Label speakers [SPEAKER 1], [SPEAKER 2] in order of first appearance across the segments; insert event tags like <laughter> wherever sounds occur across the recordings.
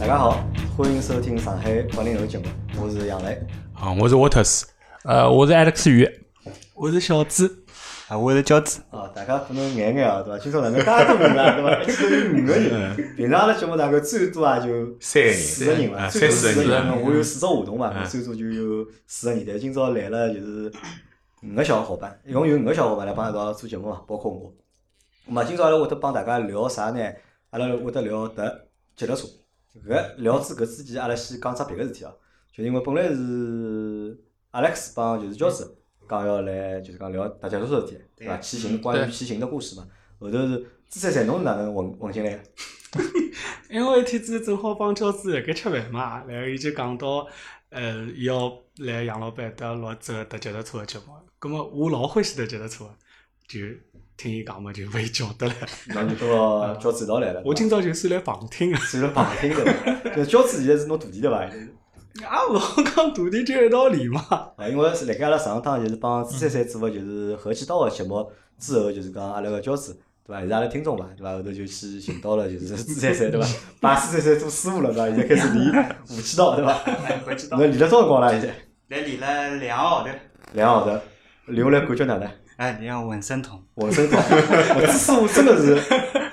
[SPEAKER 1] 大家好，欢迎收听上海八零后节目，我是杨磊，
[SPEAKER 2] 啊，我是 Waters，呃，我是 Alex 宇，我是小朱，
[SPEAKER 3] 啊，我是娇子，
[SPEAKER 1] 啊，大家可能眼眼啊，对伐？今朝哪能介多人啊，对伐？一记头有五个人，平常阿拉节目大概最多也就
[SPEAKER 4] 三个人
[SPEAKER 1] 四个人嘛，
[SPEAKER 4] 啊
[SPEAKER 1] 最多
[SPEAKER 4] 三
[SPEAKER 1] 四
[SPEAKER 4] 四
[SPEAKER 1] 个人
[SPEAKER 4] 个人
[SPEAKER 1] 嘛。我啊有四只活动嘛，
[SPEAKER 4] 嗯
[SPEAKER 1] 最多就有四个人。但今朝来了就是五个小伙伴，一共有五个小伙伴来帮一道做节目嘛，包括我。那么今朝阿拉会得帮大家聊啥呢？阿拉会得聊搿脚踏车。搿聊之搿之前，阿拉先讲只别个事体啊，就因为本来是 Alex 帮就是娇子讲要来，就是讲聊大脚踏车事体，对伐？骑行关于
[SPEAKER 2] 对
[SPEAKER 1] 骑行的故事嘛，后头是朱三三侬是哪能混混进来的？
[SPEAKER 5] 因为一天子正好帮娇子辣盖吃饭嘛，然后伊就讲到，呃，伊要来杨老板搭录这个踏脚踏车个节目，葛末我老欢喜踏脚踏车的，就听伊讲嘛，就被伊叫得来。
[SPEAKER 1] 然后就跟 <laughs> 我娇子一道来了。
[SPEAKER 5] <laughs> 我今朝就是来旁听个，
[SPEAKER 1] 是了旁听的，就娇子现在是侬徒弟对伐？
[SPEAKER 5] 啊，勿好讲徒弟就一道理嘛。 <laughs>
[SPEAKER 1] 啊，因为是辣盖阿拉上趟就是帮朱三三做个就是合气道个节目之后，就是讲阿拉个娇子对伐？也是阿拉听众嘛，对伐？后头就去寻到了就是朱三三对伐？把朱三三做师傅了对伐？现在开始练武气道对伐？
[SPEAKER 3] 不哎知道
[SPEAKER 1] 侬，练了多少辰光了？现在
[SPEAKER 3] 来练了两个号头，
[SPEAKER 1] 两个号头，留下来感觉哪能？
[SPEAKER 3] 哎，你像浑身痛，
[SPEAKER 1] 浑身痛，我朱师傅真的是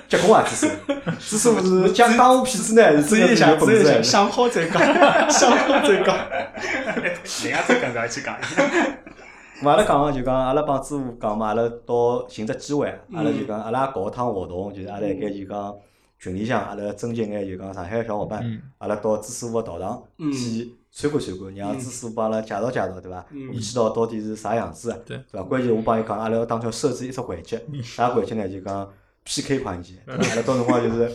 [SPEAKER 1] 结棍啊！朱师傅，朱师傅是讲当我痞子
[SPEAKER 5] <laughs>
[SPEAKER 1] 呢，是
[SPEAKER 5] 注
[SPEAKER 1] 真
[SPEAKER 5] 意
[SPEAKER 1] 的
[SPEAKER 5] 一
[SPEAKER 1] 是
[SPEAKER 5] 下，
[SPEAKER 1] 有
[SPEAKER 5] 注
[SPEAKER 1] 本
[SPEAKER 5] 意一
[SPEAKER 1] 事
[SPEAKER 5] 下，
[SPEAKER 1] 的。
[SPEAKER 5] 想好再 <laughs> 讲，想好再 <laughs> 讲。
[SPEAKER 3] 人家再跟上去讲，
[SPEAKER 1] 咁阿拉讲啊个就讲，阿拉帮师傅讲嘛，阿拉到寻只机会，啊
[SPEAKER 5] 嗯
[SPEAKER 1] 阿拉就讲，阿拉也搞一趟活动，就是阿拉辣盖就讲群里向，阿拉征集眼就讲上海个小伙伴，阿拉到朱师傅个道场
[SPEAKER 5] 嗯
[SPEAKER 1] 去参观参观，让朱师傅帮阿拉介绍介绍，对伐？
[SPEAKER 5] 嗯
[SPEAKER 1] 武器道到底是啥样子个，
[SPEAKER 2] 对
[SPEAKER 1] 伐？关键我帮伊讲，阿拉要当中设置一只环节，
[SPEAKER 5] 嗯
[SPEAKER 1] 啥环节呢？就讲 PK 环节，对伐阿拉到辰光就是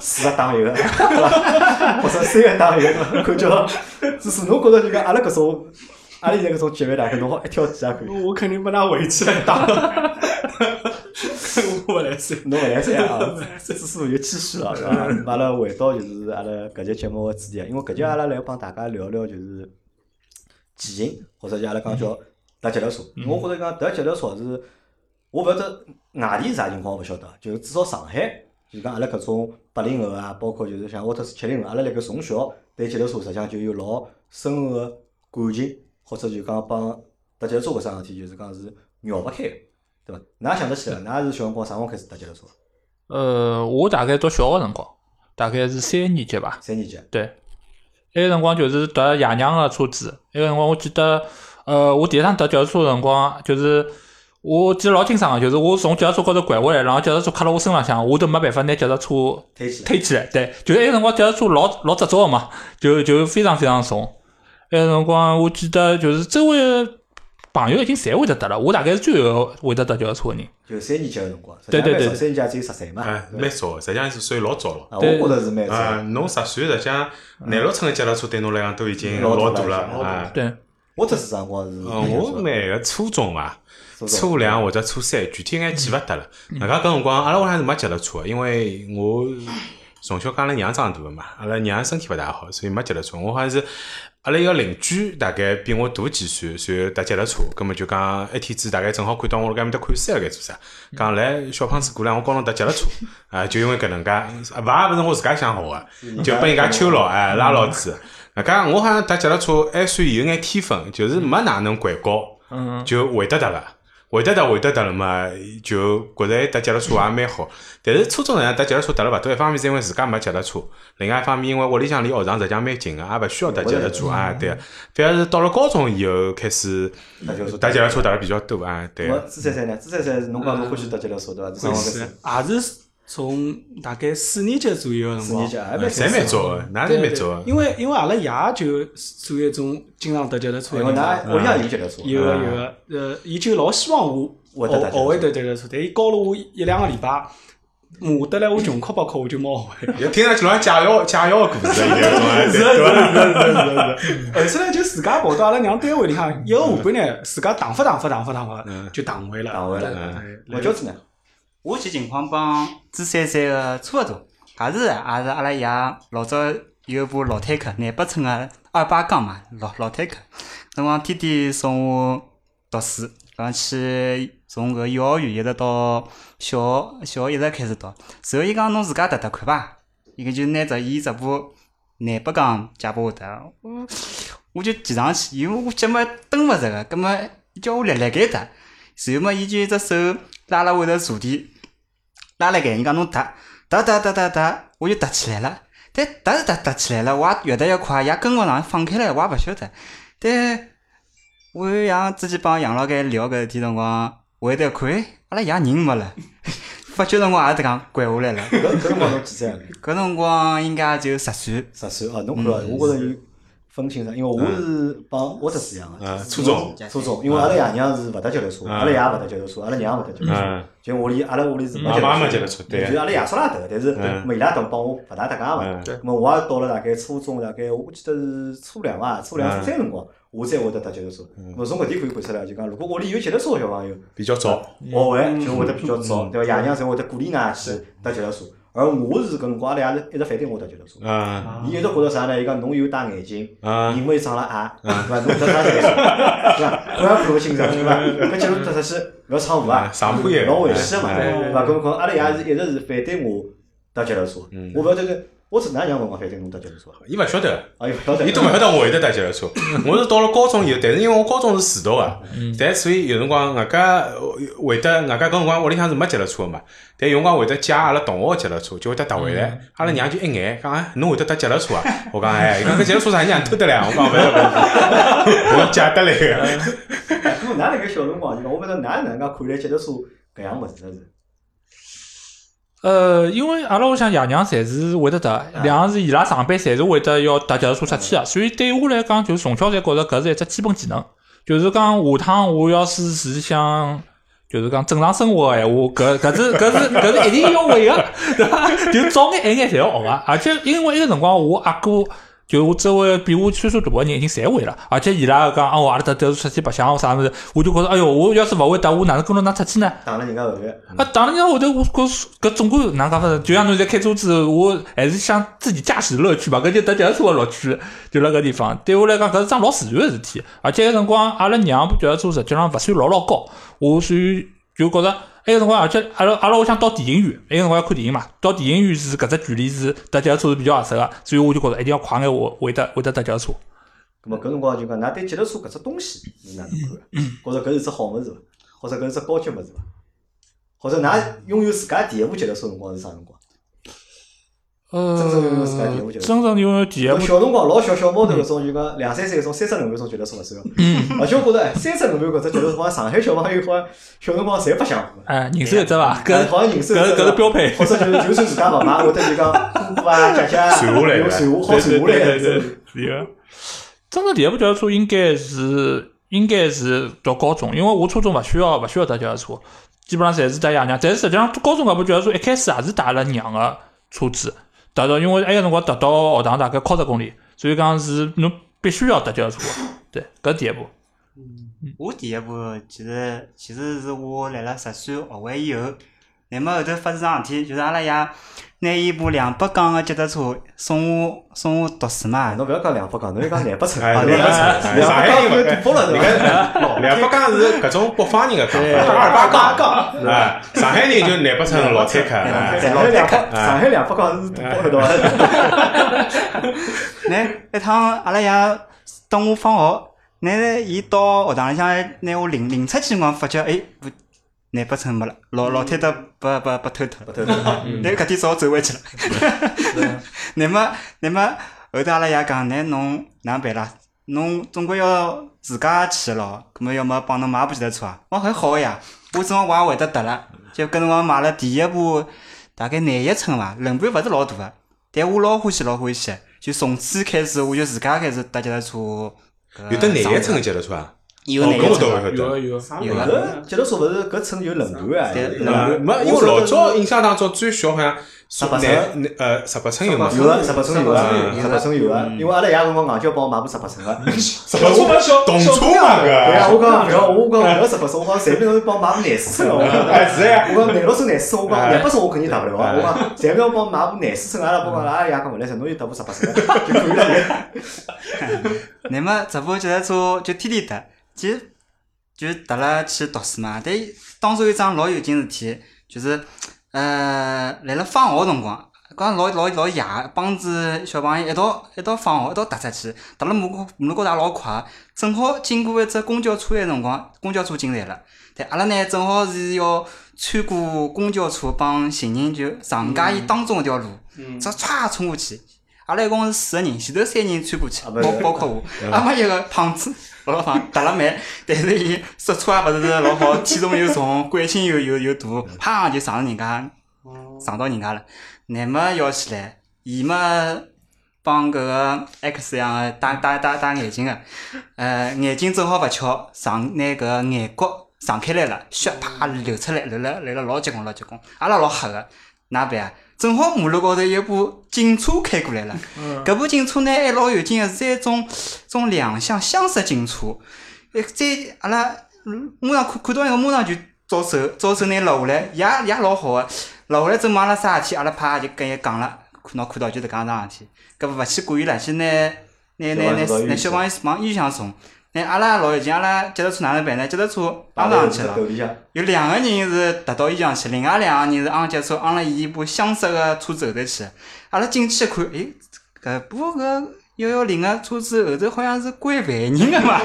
[SPEAKER 1] 四个打
[SPEAKER 5] <laughs>
[SPEAKER 1] 一个，对伐？或者三个打一个，感觉到朱师傅，侬觉着就讲阿拉搿种。阿拉现在搿种级别大概侬好一挑几也可以。
[SPEAKER 5] 我肯定把他围起来打。 <laughs> 我勿来塞。
[SPEAKER 1] 侬勿来三啊， <laughs>
[SPEAKER 4] <laughs>
[SPEAKER 1] 这师傅就谦虚了，啊是吧？阿拉回到就是阿拉搿节节目个主题啊，因为搿节阿拉来帮大家聊聊就是骑行，或者就阿拉讲叫踏脚踏车。我觉着讲踏脚踏车是，我勿晓得外地是啥情况，勿晓得，就是至少上海，就是讲阿拉搿种八零后啊，包括就是像沃特斯七零后，阿拉辣盖从小对脚踏车实际上就有老深厚个感情，或者就讲帮踏脚踏车搿桩事体，就是讲是绕勿开个。对伐？㑚想得起来，㑚是小辰光啥辰光开始踏脚踏车？
[SPEAKER 2] 呃，我大概读小学辰光，大概是三年级吧，
[SPEAKER 1] 三年级，啊
[SPEAKER 2] 对，那个辰光就是踏爷娘个车子，那个辰光我记得，呃，我第一趟踏脚踏车个辰光就是。我记得老清爽个，就是我从脚踏车高头拐回来，然后脚踏车卡辣我身浪向，我都没办法拿脚踏车
[SPEAKER 1] 推起来。
[SPEAKER 2] 推起来，对，就是那个辰光脚踏车老老执着个嘛，就就非常非常重。那个辰光我记得就是周围朋友已经侪会得搭了，我大概是最后会得搭脚踏车个人。
[SPEAKER 1] 就三年级个辰光，
[SPEAKER 2] 对对对对
[SPEAKER 1] 实际上蛮少三年级也只有十岁嘛，
[SPEAKER 4] 啊，
[SPEAKER 1] 对吧
[SPEAKER 4] 蛮早的，实际上是算老早了。
[SPEAKER 1] 啊，我
[SPEAKER 2] 对
[SPEAKER 1] 觉着是蛮
[SPEAKER 4] 啊，
[SPEAKER 1] 早。
[SPEAKER 4] 侬十岁实际上廿六寸个脚踏车对侬来讲都已经
[SPEAKER 1] 老
[SPEAKER 4] 老
[SPEAKER 1] 大
[SPEAKER 4] 大
[SPEAKER 1] 嗯了
[SPEAKER 4] 了
[SPEAKER 1] 老大
[SPEAKER 4] 啊。
[SPEAKER 2] 对，
[SPEAKER 1] 我只是啥辰光是
[SPEAKER 4] 呃，我每个初中啊，
[SPEAKER 1] 初中嗯
[SPEAKER 4] 初两或者初哎三，具体眼记勿得了。外加搿辰光，阿拉屋里向是没脚踏车的，因为我从小跟阿拉娘长大个嘛，阿拉娘身体勿大好，所以没脚踏车。我好像是阿拉一个邻居，大概比我大几岁，然后踏脚踏车。葛末就讲一天子大概正好看到我辣盖面搭看书辣盖做啥，讲来小胖子过来，我教侬踏脚踏车啊，就因为搿能介，勿也勿是我自家想好个、
[SPEAKER 2] 嗯
[SPEAKER 4] 就被人家揪牢哎，拉牢子。外加我好像踏脚踏车还算有眼天分，就是没哪能拐高。
[SPEAKER 2] 嗯，
[SPEAKER 4] 就会得得了，会得得会得得了嘛，就觉着搭脚踏车也蛮好。但是初中呢，搭脚踏车踏了勿多，一方面是因为自家没脚踏车，另外一方面因为屋里向离学堂实际上蛮近个，也勿需要搭脚踏车啊。对个，反而是到了高中以后开始
[SPEAKER 1] 踏脚踏车
[SPEAKER 4] 搭脚踏车踏了比较多啊。对
[SPEAKER 1] 我
[SPEAKER 4] 个，
[SPEAKER 1] 朱三三呢？朱三三是侬
[SPEAKER 4] 嗯
[SPEAKER 1] 讲侬欢喜踏脚踏车对伐？是啥辰光开
[SPEAKER 5] 是
[SPEAKER 1] 始？，
[SPEAKER 5] 也是从大概四年级哎左右个辰
[SPEAKER 1] 四
[SPEAKER 5] 光哎
[SPEAKER 1] 年级，还蛮
[SPEAKER 4] 嗯哎侪蛮早个，㑚侪蛮早个。
[SPEAKER 5] 因为因为阿拉爷就属于一种经常踏脚踏车
[SPEAKER 1] 因
[SPEAKER 5] 的
[SPEAKER 1] 为
[SPEAKER 5] 人
[SPEAKER 1] 㑚
[SPEAKER 4] 嗯
[SPEAKER 5] 嘛，
[SPEAKER 1] 屋里向有脚踏车，
[SPEAKER 5] 有个有个，呃，伊就老希望我
[SPEAKER 1] 会
[SPEAKER 5] 学
[SPEAKER 1] 得踏脚踏车
[SPEAKER 5] 学会踏脚踏车，但伊教了我一两个礼拜，磨得来我穷哭八哭，我就 <laughs> 没学
[SPEAKER 4] <laughs>
[SPEAKER 5] 会。
[SPEAKER 4] 也听上去老像解药解药个故事一样，
[SPEAKER 1] <laughs>
[SPEAKER 4] 对伐？
[SPEAKER 5] 后头来就自家跑到阿拉娘单位里向，一个下半呢，自家打发打发打发打发，就嗯打回了。
[SPEAKER 1] 打回来
[SPEAKER 5] 对
[SPEAKER 4] 嗯
[SPEAKER 5] 对
[SPEAKER 1] 我娇子呢？
[SPEAKER 3] 我去情况帮朱三三个差勿多，也是也是啊阿拉爷老早有一部老坦克，廿八寸个二八杠嘛，啊老老坦克，那光天天送我读书，然后去从搿幼儿园一直到小学，小学一直开始读。然后伊讲侬自家踏踏看伐，伊个就拿着伊这部廿八讲解拨我得，我我就骑上去，因为我脚么蹬勿着个，葛么伊叫我立辣盖搭，然后么伊就一只手拉了我的坐垫，拉辣盖，人家侬踏踏踏踏踏踏，我就踏起来了。但踏是踏踏起来了，我也越踏越快，也跟勿上，放开了我也勿晓得。但我像之前帮杨老板聊搿事体辰光，我一头看，哎阿拉爷人没了， <laughs> 发觉辰光也是讲拐下来了。
[SPEAKER 1] 搿搿辰光侬几岁啊？
[SPEAKER 3] 搿辰光应该就十岁，
[SPEAKER 1] 十岁哦，
[SPEAKER 4] 嗯
[SPEAKER 1] 侬看到，我觉着有分清爽，因为我是帮沃特斯一样
[SPEAKER 4] 嗯，
[SPEAKER 1] 的，
[SPEAKER 4] 初中，
[SPEAKER 1] 初中，因为阿拉爷娘是勿搭脚踏车，阿拉爷勿搭脚踏车，阿拉娘勿搭脚踏车
[SPEAKER 4] 嗯，
[SPEAKER 1] 就屋里阿拉屋里是没
[SPEAKER 4] 妈嗯妈没
[SPEAKER 1] 脚
[SPEAKER 4] 接
[SPEAKER 1] 踏
[SPEAKER 4] 了
[SPEAKER 1] 车，
[SPEAKER 4] 车，对
[SPEAKER 1] 就
[SPEAKER 4] 个，
[SPEAKER 1] 阿拉爷叔拉搭个，但是
[SPEAKER 4] 嗯
[SPEAKER 1] 没伊拉搭帮我勿搭搭嘎嘛
[SPEAKER 4] 嗯。
[SPEAKER 5] 对
[SPEAKER 1] 咁么我也到了大概初中，大概我记得是初两伐，初两
[SPEAKER 4] 嗯
[SPEAKER 1] 初三辰光，我才会得搭脚踏车。咁么从搿点可以看出来，就讲如果屋里有脚踏车个小朋友，
[SPEAKER 4] 比较早，
[SPEAKER 1] 学会就会得比较
[SPEAKER 4] 嗯
[SPEAKER 1] 早，对伐？爷娘侪会得鼓励㑚去搭脚踏车，而我是搿辰光，阿拉爷是一直反对我搭脚踏车。
[SPEAKER 4] 嗯
[SPEAKER 1] 伊一直觉着啥呢？伊讲侬又戴眼镜，
[SPEAKER 4] 嗯
[SPEAKER 1] 人为长了矮，对伐？侬得啥技 <laughs> 术，对伐？我也看不清爽，对伐？搿技术得出去勿要闯祸啊
[SPEAKER 4] 嗯，上坡也
[SPEAKER 1] 老危险的嘛，
[SPEAKER 4] 嗯
[SPEAKER 1] 对伐？搿么讲，阿拉爷是一直是反对我搭脚踏车
[SPEAKER 4] 嗯，
[SPEAKER 1] 我勿晓得搿，我是哪样辰光反对侬搭脚踏车啊？
[SPEAKER 4] 伊勿晓得。
[SPEAKER 1] 哎呦，勿晓得，
[SPEAKER 4] 伊都勿
[SPEAKER 1] <laughs>
[SPEAKER 4] 晓得我会得搭脚踏车，我是到了高中以后，但是因为我高中是住读个，但所以有辰光外家呃会得，外家搿辰光屋里向是没脚踏车个嘛，但有辰光会得借阿拉同学个脚踏车，就会得搭回来，阿拉娘就一眼讲，哎，侬会得搭脚踏车啊？ <laughs> 我讲哎，伊讲 <laughs> 搿脚踏车啥人家偷得来啊？我讲勿晓 <laughs> 得，我借得来个，
[SPEAKER 1] 哎咾么㑚辣盖小辰光，就讲我勿晓得㑚哪能介看待脚踏车搿样物事是？
[SPEAKER 2] 呃，因为阿拉屋里向爷娘侪是会得搭，两个是伊拉上班侪是会得要搭脚踏车出去个，所以对我来讲，就是从小侪觉着搿是一只基本技能。就是讲下趟我要是是想，就是讲正常生活个闲话，搿搿是搿是搿是一定要会个，对伐？就早眼晚眼侪要学个，而且因为埃个辰光我阿哥。就我周围比我岁数大个人已经侪会了，而且伊拉讲哦，阿拉搭搭出去白相啥物事，我就觉着哎哟，我要是勿会搭，我哪能跟侬㑚出去呢？
[SPEAKER 1] 打了人家后头，
[SPEAKER 2] 啊，当然后头我觉搿总归哪能讲法呢？就像侬现在开车子，我还是想自己驾驶乐趣吧，搿就搭脚踏车个乐趣就辣搿地方。对我来讲，搿是桩老自然个事体。而且搿辰光阿拉娘部脚踏车实际上勿算老老高，我属于就觉着。埃个辰光，而且阿拉阿拉屋想到电影院，埃个辰光要看电影嘛，到电影院是搿只距离是搭脚踏车是比较合适个，所以我就觉着一定要快眼会会得会得搭脚踏车。
[SPEAKER 1] 咁么搿辰光就讲，㑚对脚踏车搿只东西是哪能看的？觉着搿是只好物事伐？或者搿是只高级物事伐？或者㑚拥有自家第一部脚踏车辰光是啥辰光？
[SPEAKER 2] 呃
[SPEAKER 1] 真正拥有自家电话脚踏车
[SPEAKER 2] 真正拥有第一部
[SPEAKER 1] 搿小辰光老小小毛头搿种，就讲两三岁搿种三十轮盘种脚踏车勿算哦。而且我觉着哎三十轮盘搿只脚踏车，好像上海小朋友好像小辰光侪白相过。
[SPEAKER 2] 哎，人手一只伐？搿
[SPEAKER 1] 哎好像人手
[SPEAKER 2] 搿
[SPEAKER 1] 一只
[SPEAKER 2] 搿是标配。
[SPEAKER 1] 或者就是就算自家勿买，会得就讲姑姑啊、姐姐啊，
[SPEAKER 4] 传下来
[SPEAKER 1] 有
[SPEAKER 4] 个
[SPEAKER 1] 传下好传下来的这种。
[SPEAKER 2] 对个。真正第一部脚踏车应该是应该是读高中，因为我初中勿需要勿需要搭脚踏车，基本上侪是搭爷娘。但是实际上高中搿部脚踏车一开始也是搭阿拉娘个车子，达到因为埃个辰光达到学堂大概靠十公里，所以讲是侬必须要搭脚踏车的。对，搿是第一步。
[SPEAKER 3] 我第一部其实其实是我辣辣十岁学会以后，乃末后头发生桩事体，就是阿拉爷拿伊部两百杠个脚踏车送我送我读书嘛，
[SPEAKER 1] 侬勿要讲两百讲，侬要讲廿八层，
[SPEAKER 4] 哎
[SPEAKER 1] 两百
[SPEAKER 4] 哎
[SPEAKER 1] 层，
[SPEAKER 4] 哎
[SPEAKER 1] 两百
[SPEAKER 4] 哎
[SPEAKER 1] 讲
[SPEAKER 4] 哎
[SPEAKER 1] 就突破了，对伐？
[SPEAKER 4] 两百杠是搿种北方人个讲
[SPEAKER 1] 对
[SPEAKER 4] 法，二八杠，
[SPEAKER 1] 杠，
[SPEAKER 4] 哎，上海人就廿八层老菜客，哎
[SPEAKER 1] 上海两百，上海两百杠是突破了，对伐？
[SPEAKER 3] 那那趟阿拉爷等我放学，那伊到学堂里向拿我领领出去辰光，发觉哎，不，拿八成没了，老老太太把把把偷脱了。
[SPEAKER 1] 对对对
[SPEAKER 3] 那搿天早上走回去了。 <laughs> 那么那么后头阿拉爷讲，那侬哪能办啦？侬总归要自家去的咯，葛末要么帮侬买部骑踏车啊？我还好个呀，我正好我也会得搭了，就搿辰光买了第一部大概廿一寸伐，轮盘勿是老大个，但我老欢喜老欢喜的，就从此开始我就自家开始搭脚踏车。搿
[SPEAKER 4] 有得廿一
[SPEAKER 3] 上
[SPEAKER 4] 层
[SPEAKER 3] 路，
[SPEAKER 4] 的脚踏车啊，
[SPEAKER 3] 有
[SPEAKER 4] 哦
[SPEAKER 3] 廿
[SPEAKER 4] 搿
[SPEAKER 3] 一
[SPEAKER 4] 我倒
[SPEAKER 3] 寸伐。
[SPEAKER 4] 勿晓得。
[SPEAKER 2] 有
[SPEAKER 5] 啊啥
[SPEAKER 3] 有
[SPEAKER 5] 物事
[SPEAKER 1] 搿脚踏车勿是搿层有轮盘啊，
[SPEAKER 3] 对
[SPEAKER 1] 轮
[SPEAKER 4] 啊，
[SPEAKER 1] 盘
[SPEAKER 4] 没，因为老早印象当中最小好像
[SPEAKER 1] 十八
[SPEAKER 4] 廿廿呃十八层有嘛，
[SPEAKER 1] 有啊，十八寸有啊，
[SPEAKER 4] 嗯
[SPEAKER 1] 十八寸有啊，因为阿拉爷辰光硬叫帮我买部十八
[SPEAKER 4] <laughs>
[SPEAKER 1] 寸个。
[SPEAKER 4] 十八层动车嘛
[SPEAKER 1] 对啊，
[SPEAKER 4] 个，
[SPEAKER 1] 我讲勿要，我讲勿要十八寸，我讲随便侬帮我买部廿四寸个。我讲
[SPEAKER 4] <laughs> 哎是呀，
[SPEAKER 1] 我讲廿六寸、廿四寸，我讲
[SPEAKER 4] 哎
[SPEAKER 1] 廿八寸我肯定打勿了啊。
[SPEAKER 4] 哎
[SPEAKER 1] 我讲随便侬帮我买部廿四寸，阿拉帮我阿拉爷讲勿来塞，侬就打部十八
[SPEAKER 4] <laughs>
[SPEAKER 1] 寸个就可以了。
[SPEAKER 3] 那么这部脚踏车就天天踏，其实就是踏了去读书嘛。eh, 但当时有一桩老有劲事体，就是呃，辣辣放学辰光，讲老老老野，帮子小朋友一道一道放学，一道踏出去，踏了马路马路高头也老快，正好经过一只公交车的辰光，公交车进来了。但阿拉呢，正好是要穿过公交车帮行人就上街伊当中一条路，
[SPEAKER 5] 嗯
[SPEAKER 3] 这歘冲过去。阿拉一共是四个人，前头三人穿过去，
[SPEAKER 1] 啊
[SPEAKER 3] 包
[SPEAKER 1] 不是
[SPEAKER 3] 包括我，阿妈一个胖子， <laughs> 老胖，踏了慢，但是伊刹车也勿是老好，体重又重，惯性又又又大，
[SPEAKER 1] 嗯
[SPEAKER 3] 啪就上了人家
[SPEAKER 1] 哦
[SPEAKER 3] 上到人家了，乃末摇起来，伊嘛帮搿个 X 样个戴戴戴戴眼镜个，呃，眼镜正好勿巧上拿搿个眼角上开来了，血啪流出来，流了流了老结棍老结棍，阿拉老吓个，哪办啊？正好马路高头有一部警车开过来了，搿部警车呢还老有劲个，是一种种两厢厢式警车，呃，再阿拉马上看看到一个马上就招手，招手拿拉下来，也也老好个。拉下来之后，阿拉啥事体，阿拉啪就跟伊讲了，看喏看到就迭桩桩事体，搿勿去管伊了，去拿拿拿拿拿小朋友往医院送。那阿拉老有劲，阿拉脚踏车哪能办呢？脚踏车
[SPEAKER 1] 摆
[SPEAKER 3] 昂
[SPEAKER 1] 辣
[SPEAKER 3] 上
[SPEAKER 1] 一
[SPEAKER 3] 去
[SPEAKER 1] 只
[SPEAKER 3] 了
[SPEAKER 1] 狗，里向，
[SPEAKER 3] 有两个人是踏到伊上去，另外两个人是昂脚车昂了伊一部相似个车子后头去。阿拉进去看，诶，搿部搿幺幺零个车子后头好像是关犯人个嘛，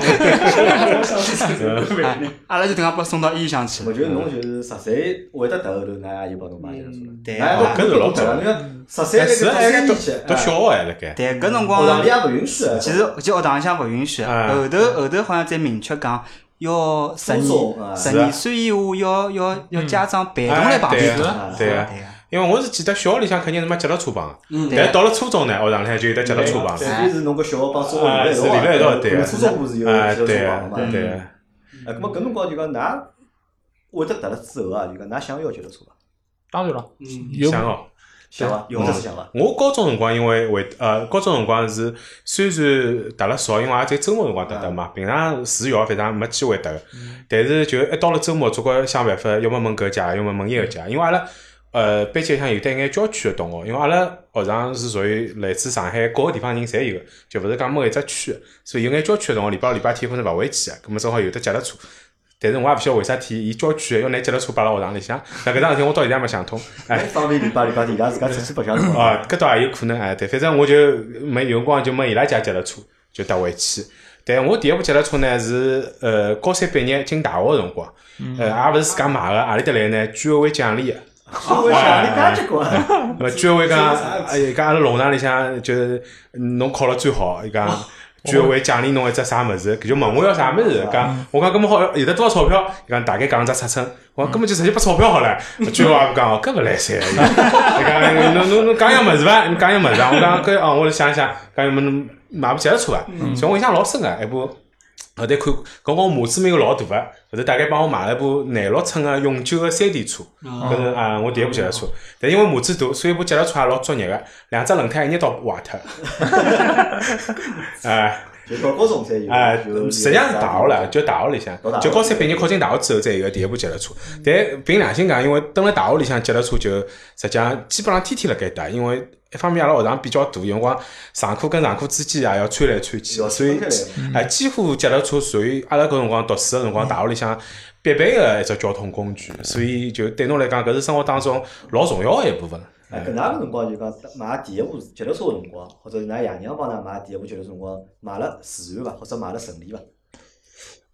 [SPEAKER 3] 啊阿拉就等下把送到医院上去
[SPEAKER 1] 我
[SPEAKER 3] 了。
[SPEAKER 1] 觉得侬就是十岁会得踏后头，那也就帮侬买一辆车
[SPEAKER 4] 嗯
[SPEAKER 1] 了。
[SPEAKER 3] 对
[SPEAKER 1] 哎
[SPEAKER 3] 啊
[SPEAKER 1] 搿是老早了，因为十哎三
[SPEAKER 4] 哎是啊
[SPEAKER 1] 个
[SPEAKER 4] 还
[SPEAKER 1] 还
[SPEAKER 4] 是
[SPEAKER 1] 是
[SPEAKER 4] 读
[SPEAKER 1] 年纪，
[SPEAKER 4] 读小啊学还辣盖，
[SPEAKER 3] 对，搿辰
[SPEAKER 1] 学
[SPEAKER 3] 光
[SPEAKER 1] 堂里也勿允许的。
[SPEAKER 3] 其实就学堂里向勿允许，
[SPEAKER 4] 哎
[SPEAKER 3] 后头后头好像才明确讲要十
[SPEAKER 1] 初中
[SPEAKER 3] 二
[SPEAKER 1] 啊
[SPEAKER 3] 十
[SPEAKER 4] 是啊
[SPEAKER 3] 二岁以下要要要
[SPEAKER 2] 嗯
[SPEAKER 3] 家长陪同来帮
[SPEAKER 4] 哎
[SPEAKER 3] 助。
[SPEAKER 4] 对
[SPEAKER 1] 啊
[SPEAKER 4] 对
[SPEAKER 3] 对
[SPEAKER 4] 啊，
[SPEAKER 3] 啊
[SPEAKER 4] 因为我是记得小学里向肯定是没脚踏车帮个，
[SPEAKER 5] 嗯
[SPEAKER 3] 对
[SPEAKER 4] 但到了初中呢，学堂里向就有得脚踏车帮
[SPEAKER 1] 除
[SPEAKER 4] 了。
[SPEAKER 1] 非是侬个小学帮中
[SPEAKER 4] 啊
[SPEAKER 1] 学
[SPEAKER 4] 是
[SPEAKER 1] 连
[SPEAKER 4] 连
[SPEAKER 1] 一
[SPEAKER 4] 一
[SPEAKER 1] 道
[SPEAKER 4] 道
[SPEAKER 1] 啊，
[SPEAKER 4] 对啊
[SPEAKER 1] 初中部是有
[SPEAKER 4] 啊，
[SPEAKER 1] 有
[SPEAKER 4] 对
[SPEAKER 1] 小
[SPEAKER 4] 啊
[SPEAKER 1] 学嘛，
[SPEAKER 3] 嗯
[SPEAKER 4] 对啊，
[SPEAKER 1] 哎，咁么搿辰光就讲，㑚会得踏了之后啊，就讲㑚想要脚踏车伐？
[SPEAKER 2] 当然了，
[SPEAKER 5] 嗯
[SPEAKER 2] 有
[SPEAKER 4] 想哦。
[SPEAKER 1] 想伐？有得是想伐？
[SPEAKER 4] 我高中辰光因为会呃，高中辰光是虽然踏了少，因为也在周末辰光踏踏嘛，平常住校反正没机会踏个。但是就一到了周末，总归想办法，要么问搿家，要么问伊搿家，因为阿拉。呃，班级里向有得眼郊区个同学，因为阿拉学堂是属于来自上海各个地方人侪有个，就勿是讲某一只区个，所以有眼郊区个同学，礼拜六、礼拜天可能勿回去个，葛末正好有得脚踏车。但是我也勿晓得为啥体，伊郊区个要拿脚踏车摆辣学堂里向，那搿桩事体我到现在也没想通。哎
[SPEAKER 1] 一，方面礼拜礼拜天，伊拉自家出去白相辰光
[SPEAKER 4] 啊，搿倒也有可能哎，对，反正我就没有辰光就没伊拉家脚踏车，就搭回去。但我第一部脚踏车呢是呃高三毕业进大学个辰光，呃也勿是自家买个，何里搭来呢？居委会奖励个。
[SPEAKER 1] 啊我想你家结棍啊，
[SPEAKER 4] 呃，居委会讲，哎，讲阿拉弄堂里向就是侬考了最好，伊讲。居委会奖励侬一只啥物事，搿就问我要啥物事，讲我讲搿么好有得多少钞票，伊讲大概讲只尺寸，我讲搿么就直接拨钞票好了。居委会也勿讲哦，搿勿来三，伊讲侬侬侬讲样物事伐？侬讲样物事啊？我讲搿哦，我就想一想，讲有没侬买部脚踏车伐？啊所以我印象老深个，啊一部后头看，搿光码子没有老大个，啊后头大概帮我买了一部廿六寸个永久个山地车，搿
[SPEAKER 1] 哦
[SPEAKER 4] 是啊，我第一部脚踏车。但因为码子大，所以部脚踏车也老作孽个，两只轮胎一日到坏
[SPEAKER 1] <laughs>
[SPEAKER 4] 脱。哎
[SPEAKER 1] 就到高中才有。
[SPEAKER 4] 哎，
[SPEAKER 1] 就
[SPEAKER 4] 实际上是大学了，就大学里向
[SPEAKER 1] 到大，学
[SPEAKER 4] 就高三毕业考进大学之后才有个第一部脚踏车。
[SPEAKER 1] 嗯
[SPEAKER 4] 但凭良心讲，因为蹲辣大学里向脚踏车就实际上基本上天天辣盖搭，因为一方面阿拉学堂比较大，有辰光上课跟上课之间也要穿来穿去，
[SPEAKER 1] 要
[SPEAKER 4] 所
[SPEAKER 1] 分
[SPEAKER 4] 以
[SPEAKER 1] 开来
[SPEAKER 4] 哎，几乎脚踏车属于阿拉搿辰光读书个辰光，大学里向必备个一只交通工具，所以就对侬来讲，搿是生活当中老重要个一部分。
[SPEAKER 1] 哎，搿㑚个辰光就讲买第一部脚踏车个辰光，或者是㑚爷娘帮㑚买第一部脚踏车辰光，买了自然伐，或者买了顺利伐？